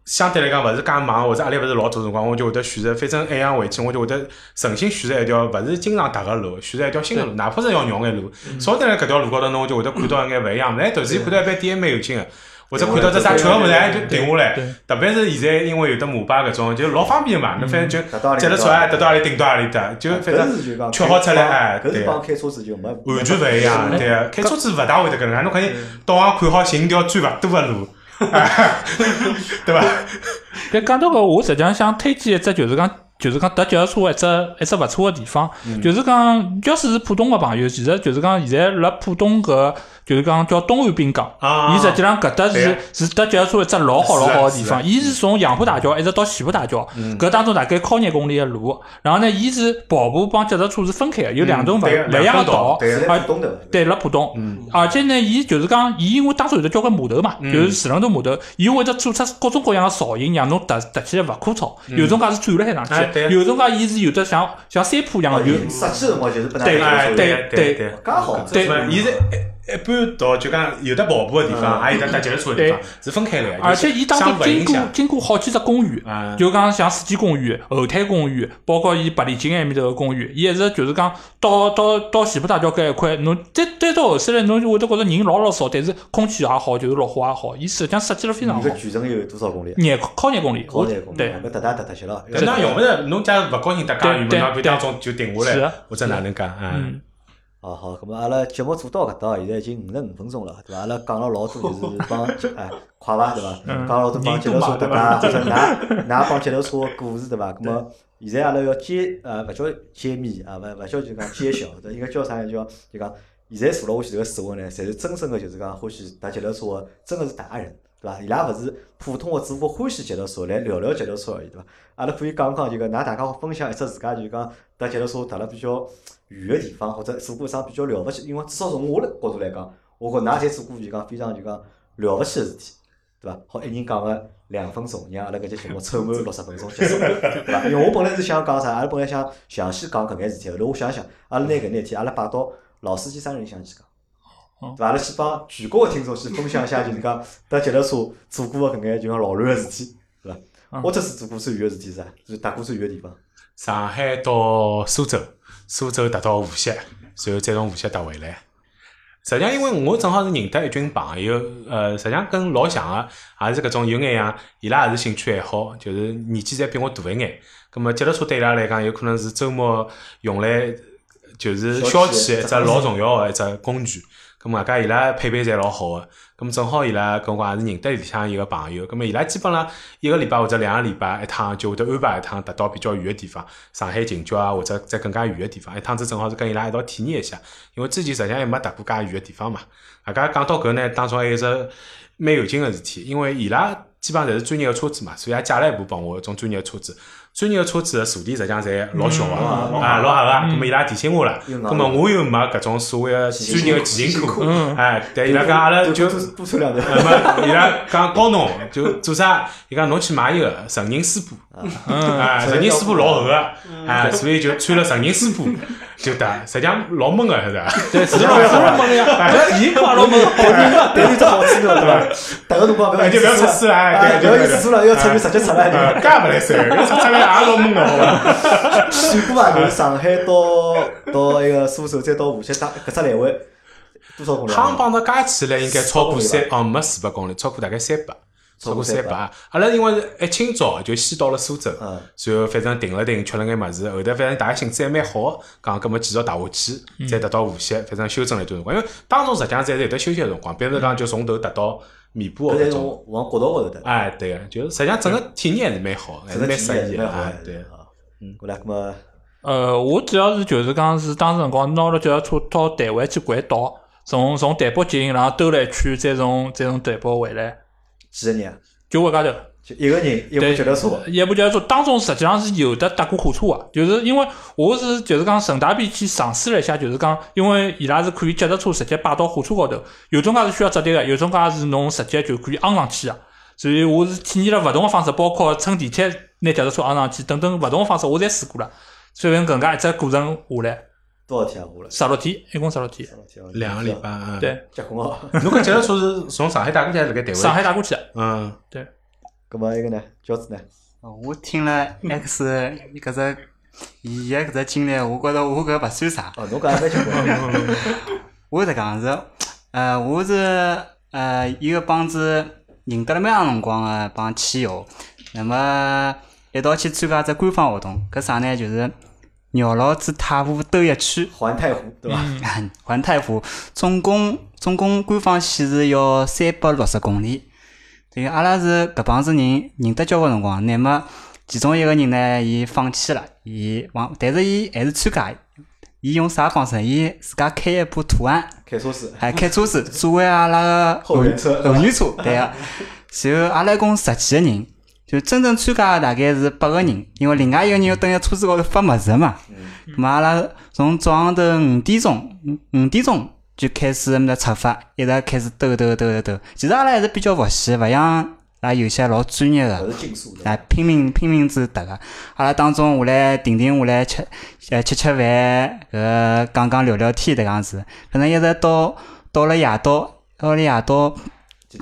[SPEAKER 4] 相对来讲，勿是介忙或者压力勿是老大的辰光，我就会得选择，反正一样回去，我就会得诚心选择一条勿是经常踏个路，选择一条新的路，哪怕是要绕眼路。
[SPEAKER 1] 嗯
[SPEAKER 4] 稍等辣搿条路高头，侬就会得看到一眼勿一样的。哎，突然间看到一杯店蛮有劲个，或者看到只啥吃个物事，哎，就停下来。特别是现在，因为有得摩拜搿种，就老方便嘛。侬反正就
[SPEAKER 1] 踏嗯到阿里啊
[SPEAKER 4] 脚踏车啊，踏到阿里，顶到阿里搭，就反
[SPEAKER 1] 搿是
[SPEAKER 4] 正
[SPEAKER 1] 就讲
[SPEAKER 4] 吃好吃来哎，
[SPEAKER 1] 搿
[SPEAKER 4] 对嗯
[SPEAKER 1] 是
[SPEAKER 4] 个
[SPEAKER 1] 帮。开车子就没
[SPEAKER 4] 完全勿一样，对个。开车子勿大会得搿能介，侬肯定导航看好寻一条最勿堵个路，对伐？
[SPEAKER 2] 但讲到搿，我实际上想推荐一只，就是讲，就是讲搭脚踏车一只一只勿错个地方，
[SPEAKER 4] 嗯
[SPEAKER 2] 就是讲，假使是浦东个朋友，其实就是讲，现在辣浦东搿，就是讲叫东岸滨江，
[SPEAKER 4] 啊
[SPEAKER 2] 伊实际上搿搭
[SPEAKER 4] 对啊
[SPEAKER 2] 是是搭脚踏车一只老好老好个地
[SPEAKER 4] 是啊嗯
[SPEAKER 2] 方，伊是从杨浦大桥一直到西浦大桥，搿当中大概靠廿公里个路，然后呢，伊是跑步帮脚踏车是分开个，有两种勿
[SPEAKER 4] 对啊
[SPEAKER 2] 勿一样
[SPEAKER 4] 两
[SPEAKER 2] 个
[SPEAKER 4] 种道
[SPEAKER 2] 道
[SPEAKER 4] 对啊，
[SPEAKER 2] 而
[SPEAKER 1] 东头。
[SPEAKER 2] 对，辣浦东，而且呢，伊就是讲，伊因为当时有得交关码头嘛，就是四轮渡码头，伊会得做出各种各样的造型，让侬踏踏起来勿枯燥。有种介是转了海
[SPEAKER 4] 哎
[SPEAKER 2] 上
[SPEAKER 4] 对
[SPEAKER 2] 去，有种介伊是有的像像山坡一样的，有
[SPEAKER 1] 设计辰光就是不能
[SPEAKER 4] 哎，啊对对对。
[SPEAKER 1] 哦刚好。
[SPEAKER 4] 对，伊是一一般到就讲有得跑步个地方，也有得搭脚踏车个地方
[SPEAKER 2] 对，
[SPEAKER 4] 是分开来的。
[SPEAKER 2] 而且伊当中
[SPEAKER 4] 相互
[SPEAKER 2] 经
[SPEAKER 4] 影
[SPEAKER 2] 过
[SPEAKER 4] 响。
[SPEAKER 2] 经过好几只公园
[SPEAKER 4] 嗯，
[SPEAKER 2] 就讲像世纪公园、后滩公园，包括伊白里景埃面头个公园，伊一直就是讲到到到前浦大桥搿一块，侬再再到后头来，侬就会得觉着人老老少，但是空气也好，就是绿化也好，伊实际上设计了非常
[SPEAKER 1] 你
[SPEAKER 2] 好
[SPEAKER 1] 个。全程有多少公里？
[SPEAKER 2] 廿靠廿公里，
[SPEAKER 1] 好
[SPEAKER 2] 我
[SPEAKER 1] 廿公里，
[SPEAKER 2] 嗯对，
[SPEAKER 1] 搿踏踏踏踏去了。
[SPEAKER 4] 但㑚用勿着，侬假如勿高兴搭家园嘛，
[SPEAKER 2] 对
[SPEAKER 4] 㑚
[SPEAKER 2] 对
[SPEAKER 4] 就当中就停下
[SPEAKER 2] 是
[SPEAKER 4] 来
[SPEAKER 2] 啊，
[SPEAKER 4] 或者哪能讲？嗯
[SPEAKER 2] 嗯，
[SPEAKER 1] 哦好，咁么阿拉节目做到搿搭，现在已经五十五分钟了，对伐？阿拉讲了老多，就是
[SPEAKER 2] <laughs>
[SPEAKER 1] 帮哎快伐，对伐？
[SPEAKER 2] 嗯
[SPEAKER 1] 讲了老多帮
[SPEAKER 2] 人
[SPEAKER 1] 脚
[SPEAKER 2] 多
[SPEAKER 1] 踏车搭
[SPEAKER 2] 嘛对
[SPEAKER 1] 嘎，
[SPEAKER 2] 伐
[SPEAKER 1] 就是㑚㑚
[SPEAKER 2] <laughs>
[SPEAKER 1] 帮脚踏车个故事，对伐？咁么现在阿拉要揭呃勿叫揭秘啊，勿勿叫就讲揭晓，对应该叫啥？叫就讲现在坐辣我前头个四位呢，侪是真正个就是讲欢喜踏脚踏车个，真个是达人。对伐？伊拉勿是普通个，只不过欢喜脚踏车，来聊聊脚踏车而已，对伐？阿拉可以讲讲就讲，㑚大家分享一只自家就讲搭脚踏车踏了比较远个地方，或者做过啥比较了勿起，因为至少从我的角度来讲，我觉得㑚侪做过就讲非常就讲了勿起个事体，对伐？好，一人讲个两分钟，让阿拉搿节节目凑满六十分钟结束，对伐？因为我本来是想讲啥，阿拉本来想详细讲搿眼事体，后头我想想，阿拉拿搿眼事体，阿拉摆到老司机三人行去讲。对伐？阿拉去帮全国个听众去分享一下，就是讲搭脚踏车做过个搿眼就讲老卵个事体，对伐？
[SPEAKER 2] 嗯
[SPEAKER 1] 哦我这次做过最远个事体是啥？啊就是踏过最远个地方。
[SPEAKER 4] 上海到苏州，苏州达到无锡，然后再从无锡搭回来。实际上，因为我正好是认得一群朋友，呃，实际上跟老像个、也是搿种有眼像，伊拉也是兴趣爱好，就是年纪侪比我大一眼。葛么，脚踏车对伊拉来讲，有可能是周末用来就是
[SPEAKER 1] 消
[SPEAKER 4] 消
[SPEAKER 1] 遣
[SPEAKER 4] 遣
[SPEAKER 1] 一
[SPEAKER 4] 一
[SPEAKER 1] 只
[SPEAKER 4] 只老重要啊个一只工具。葛么，啊外加伊拉配备侪老好个，葛么正好伊拉跟我也是认得里向一个朋友，葛么伊拉基本浪一个礼拜或者两个礼拜一趟就会得安排一趟，达到比较远个地方，上海近郊啊，或者再更加远个地方。一趟子正好是跟伊拉一道体验一下，因为之前实际上还没踏过介远个地方嘛。外加讲到搿呢，当中还有一只蛮有劲个事体，因为伊拉基本上侪是专业个车子嘛，所以也借了一部帮我一种专业个车子。专业个车子个坐垫实际上侪老小个
[SPEAKER 1] 嗯
[SPEAKER 4] 啊，老合个。葛么伊拉提醒我了，
[SPEAKER 1] 又硬
[SPEAKER 4] 葛么我又没搿种所谓个专业个骑行课，
[SPEAKER 2] 嗯
[SPEAKER 4] 哎，但伊拉讲阿拉就嗯
[SPEAKER 1] 多多穿两条。
[SPEAKER 4] 那么伊拉讲教侬就做啥？伊讲侬去买一个成人丝
[SPEAKER 1] 啊嗯
[SPEAKER 4] 布，
[SPEAKER 1] <laughs>
[SPEAKER 4] 啊，成人丝布老厚个，啊，所以就穿了成人丝布 <laughs> 就得，实际上老闷个，啊是吧？
[SPEAKER 2] 对，是老是
[SPEAKER 4] <laughs>
[SPEAKER 2] 老猛呀，
[SPEAKER 4] 哎
[SPEAKER 1] 哎
[SPEAKER 2] 搿伊讲老猛，
[SPEAKER 1] 但有只好处 <laughs> 对伐？大个辰光不要
[SPEAKER 4] 哎就不要
[SPEAKER 1] 吃
[SPEAKER 4] 去试了哎
[SPEAKER 1] 哎
[SPEAKER 4] 对
[SPEAKER 1] 不要
[SPEAKER 4] 对
[SPEAKER 1] 去
[SPEAKER 4] 对
[SPEAKER 1] 试了，哎要出去直接出来
[SPEAKER 4] 啊，
[SPEAKER 1] 就。
[SPEAKER 4] 干勿来塞，搿出出来也老闷个，啊好伐？
[SPEAKER 1] 算过伐？就是上海到到那个苏州，再到无锡，搭搿只来回多少公里啊？
[SPEAKER 4] 夯帮着加起来应该超过三，哦，没四百公里，超过大概三百，
[SPEAKER 1] 超
[SPEAKER 4] 超
[SPEAKER 1] 过
[SPEAKER 4] 过
[SPEAKER 1] 三百
[SPEAKER 4] 三百啊。阿拉因为是一清早啊就先到了苏州，
[SPEAKER 1] 嗯
[SPEAKER 4] 然后反正停了停，吃了眼物事，后头反正大家兴致还蛮好，讲搿么继续打下
[SPEAKER 1] 嗯
[SPEAKER 4] 去，再达到无锡，反正休整了一段辰光，因为当中实际上侪是有得休息个辰
[SPEAKER 1] 嗯
[SPEAKER 4] 光，并勿是讲就从头达到弥补
[SPEAKER 1] 搿
[SPEAKER 4] 个
[SPEAKER 1] 侪
[SPEAKER 4] 搿种。
[SPEAKER 1] 从往国道高头搭。
[SPEAKER 4] 哎，对个，就是实际上整个体验还是蛮好，还
[SPEAKER 1] 这嗯
[SPEAKER 4] 是
[SPEAKER 1] 个
[SPEAKER 4] 蛮
[SPEAKER 1] 体验
[SPEAKER 4] 适意
[SPEAKER 1] 蛮
[SPEAKER 4] 个，
[SPEAKER 1] 好
[SPEAKER 4] 哎
[SPEAKER 1] 的，
[SPEAKER 4] 对。
[SPEAKER 1] 啊。嗯，过来，搿么
[SPEAKER 2] 呃，我主要是就是讲是当时辰光拿了脚踏车到台湾去环岛，从从台北进，然后兜了一圈，再从再从台北回来，
[SPEAKER 1] 几个人啊？
[SPEAKER 2] 就搿介头。
[SPEAKER 1] 就一个人，一部
[SPEAKER 2] 对
[SPEAKER 1] 脚踏车。
[SPEAKER 2] 一部叫做当中实际上是有的搭过火车啊，就是因为我是就是讲顺带便去尝试了一下，就是讲因为伊拉是可以脚踏车直接摆到火车高头，有种介是需要折叠个，有种介是侬直接就可以昂上去个。所以我是体验了勿同个方式，包括乘地铁拿脚踏车昂上去等等勿同个方式，我侪试过了。所以搿介一只过程下来，
[SPEAKER 1] 多少天啊？我了，
[SPEAKER 2] 十六天，一共十六天。
[SPEAKER 4] 两个礼拜，啊，
[SPEAKER 2] 对，
[SPEAKER 1] 结棍哦。
[SPEAKER 4] 侬搿脚踏车是从上海打过去，还是辣盖台湾？
[SPEAKER 2] 上海，打过去的，
[SPEAKER 4] 嗯，
[SPEAKER 1] 搿么一个呢？饺子呢？
[SPEAKER 3] 哦我听了 X 搿只伊个搿只经历，我觉着我搿勿算啥。
[SPEAKER 1] 哦，侬讲还蛮结
[SPEAKER 4] <laughs>
[SPEAKER 1] 棍。
[SPEAKER 3] 我是搿样子，呃，我是呃一个帮子认得了蛮长辰光个帮亲友，那么一道去参加只官方活动，搿啥呢？就是绕牢子太湖兜一圈，
[SPEAKER 1] 环太湖对伐？
[SPEAKER 3] <laughs> 环太湖，总共总共官方显示要三百六十公里。对，阿拉是搿帮子人认得交关辰光，那么其中一个人呢，伊放弃了，伊往，但是伊还是参加。伊用啥方式呢？伊自家开一部途安，
[SPEAKER 1] 开车子，
[SPEAKER 3] 还开车子作为阿拉个
[SPEAKER 1] 后援车
[SPEAKER 3] 后
[SPEAKER 1] <laughs>
[SPEAKER 3] 援车，对个。然后阿拉一共十几个人，就真正参加的大概是八个人，因为另外一个人要蹲在车子高头发物事嘛。
[SPEAKER 1] 嗯
[SPEAKER 3] 咁嘛阿拉从早上头五点钟，五五点钟就开始么出发，一直开始兜兜兜兜兜。其实阿拉还是比较佛系，勿像阿拉有些老专业个
[SPEAKER 1] 勿。是竞速的。
[SPEAKER 3] 啊，拼命拼命子搭个。阿拉当中下来停停下来吃，呃吃吃饭，搿讲讲聊聊天迭样子，反正一直到到了夜到，到了夜到，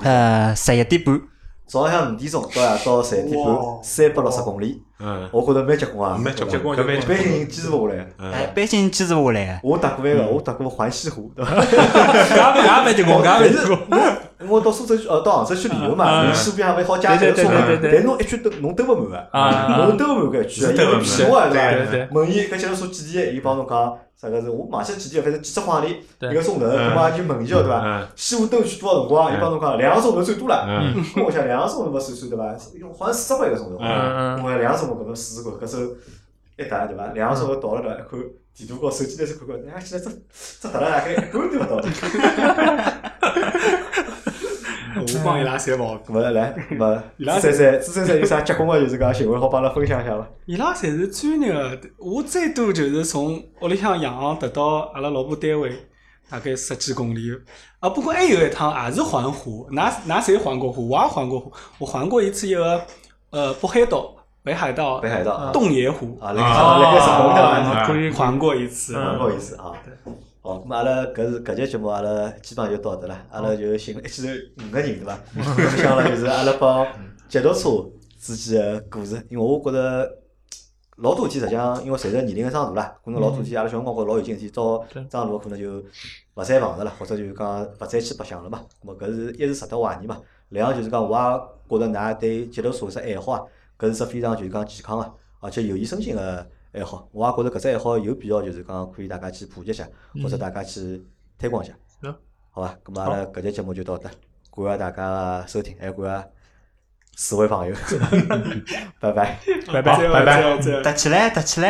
[SPEAKER 3] 呃十一点半，
[SPEAKER 1] 早浪向五点钟到夜到十一点半，三百六十公里，
[SPEAKER 4] 嗯，
[SPEAKER 1] 我觉着蛮结棍啊，
[SPEAKER 4] 蛮结棍
[SPEAKER 1] 对
[SPEAKER 4] 搿蛮
[SPEAKER 1] 伐一般
[SPEAKER 4] 结棍
[SPEAKER 1] 人坚持勿下来。
[SPEAKER 2] 嗯
[SPEAKER 3] 哎，毕竟坚持下来个。
[SPEAKER 1] 我踏过一个，我踏过环西湖，对伐？
[SPEAKER 2] 搿也搿也蛮结棍，搿也蛮结棍。
[SPEAKER 1] 因为到苏州 <laughs> 去呃到杭州去旅游嘛，
[SPEAKER 2] 啊
[SPEAKER 1] 你势必还会好加这个
[SPEAKER 2] 对对
[SPEAKER 1] 车嘛
[SPEAKER 2] 对对对
[SPEAKER 1] 但侬一圈都侬兜勿满
[SPEAKER 2] 啊
[SPEAKER 1] 啊，侬兜勿满搿一圈，
[SPEAKER 4] 是
[SPEAKER 1] 因
[SPEAKER 4] 兜
[SPEAKER 1] 为
[SPEAKER 4] 不
[SPEAKER 1] 皮
[SPEAKER 4] 满
[SPEAKER 1] 毛是
[SPEAKER 4] 对
[SPEAKER 1] 吧？
[SPEAKER 2] <laughs> 对对，
[SPEAKER 1] 问伊搿接头数几钿，伊帮侬讲啥个是我忘记几钿，反正几只块钿，
[SPEAKER 2] 对
[SPEAKER 1] 一个钟头，
[SPEAKER 4] 嗯
[SPEAKER 1] 咾么就问伊了对伐？
[SPEAKER 4] 嗯
[SPEAKER 1] 西湖兜去多少辰
[SPEAKER 2] 嗯
[SPEAKER 1] 光？伊帮侬讲两个钟头最多了。
[SPEAKER 4] 嗯
[SPEAKER 1] 跟我想两个钟头嘛算算对伐？好像四十块一个钟头。
[SPEAKER 4] 嗯
[SPEAKER 2] 嗯
[SPEAKER 1] 我两个钟头搿么四十块，搿时候一打对伐？两个钟头到了对伐？一看地图高手机拿去看看，哎，现在这这达了大概一半都勿到。
[SPEAKER 5] 我帮伊拉侪毛病。
[SPEAKER 1] 咾么来，咾么
[SPEAKER 5] 伊
[SPEAKER 1] 朱
[SPEAKER 5] 拉
[SPEAKER 1] 三三，朱三三有啥结棍个就是讲行为，好帮阿拉分享一下伐？
[SPEAKER 5] 伊拉侪是专业个，我最多就是从屋里向洋行得到阿拉老婆单位，大概十几公里。啊，不过还有一趟也是环湖，哪哪侪环过湖，我也环过湖，我环过一次一个呃北海道，北海道
[SPEAKER 1] 北海道
[SPEAKER 5] 洞爷湖
[SPEAKER 1] 啊，来个来个日本对伐？
[SPEAKER 4] 啊
[SPEAKER 5] 可以环过一次。
[SPEAKER 1] 蛮好意思啊。好，咁阿拉搿是搿节节目，阿拉基本上就到得了。阿拉就寻了一记头五个人对伐？分享了 <laughs> 就是阿拉帮脚踏车之间的故事，因为我觉着老多天实际上，因为随着年龄的长大啦，可能老多天阿拉小辰光觉着老有劲的事体，到长大可能就勿再碰着了，或者就是讲勿再去白相了嘛。咁搿是一是值得怀念嘛，两就是讲我也觉着㑚对脚踏车有只爱好啊，搿是只非常就是讲健康啊，而且有益身心个爱好。我也觉着搿只爱好有必要，就是讲可以大家去普及一下，或者大家去推广一下，
[SPEAKER 2] 是
[SPEAKER 1] 好伐？嗯咁啊阿拉搿节节目就到这，感谢大家收听，还有感谢四位朋友， <laughs> 拜拜。
[SPEAKER 2] 拜拜
[SPEAKER 5] 再会
[SPEAKER 4] 拜拜
[SPEAKER 5] 再会再会
[SPEAKER 3] 搭起来，搭起来。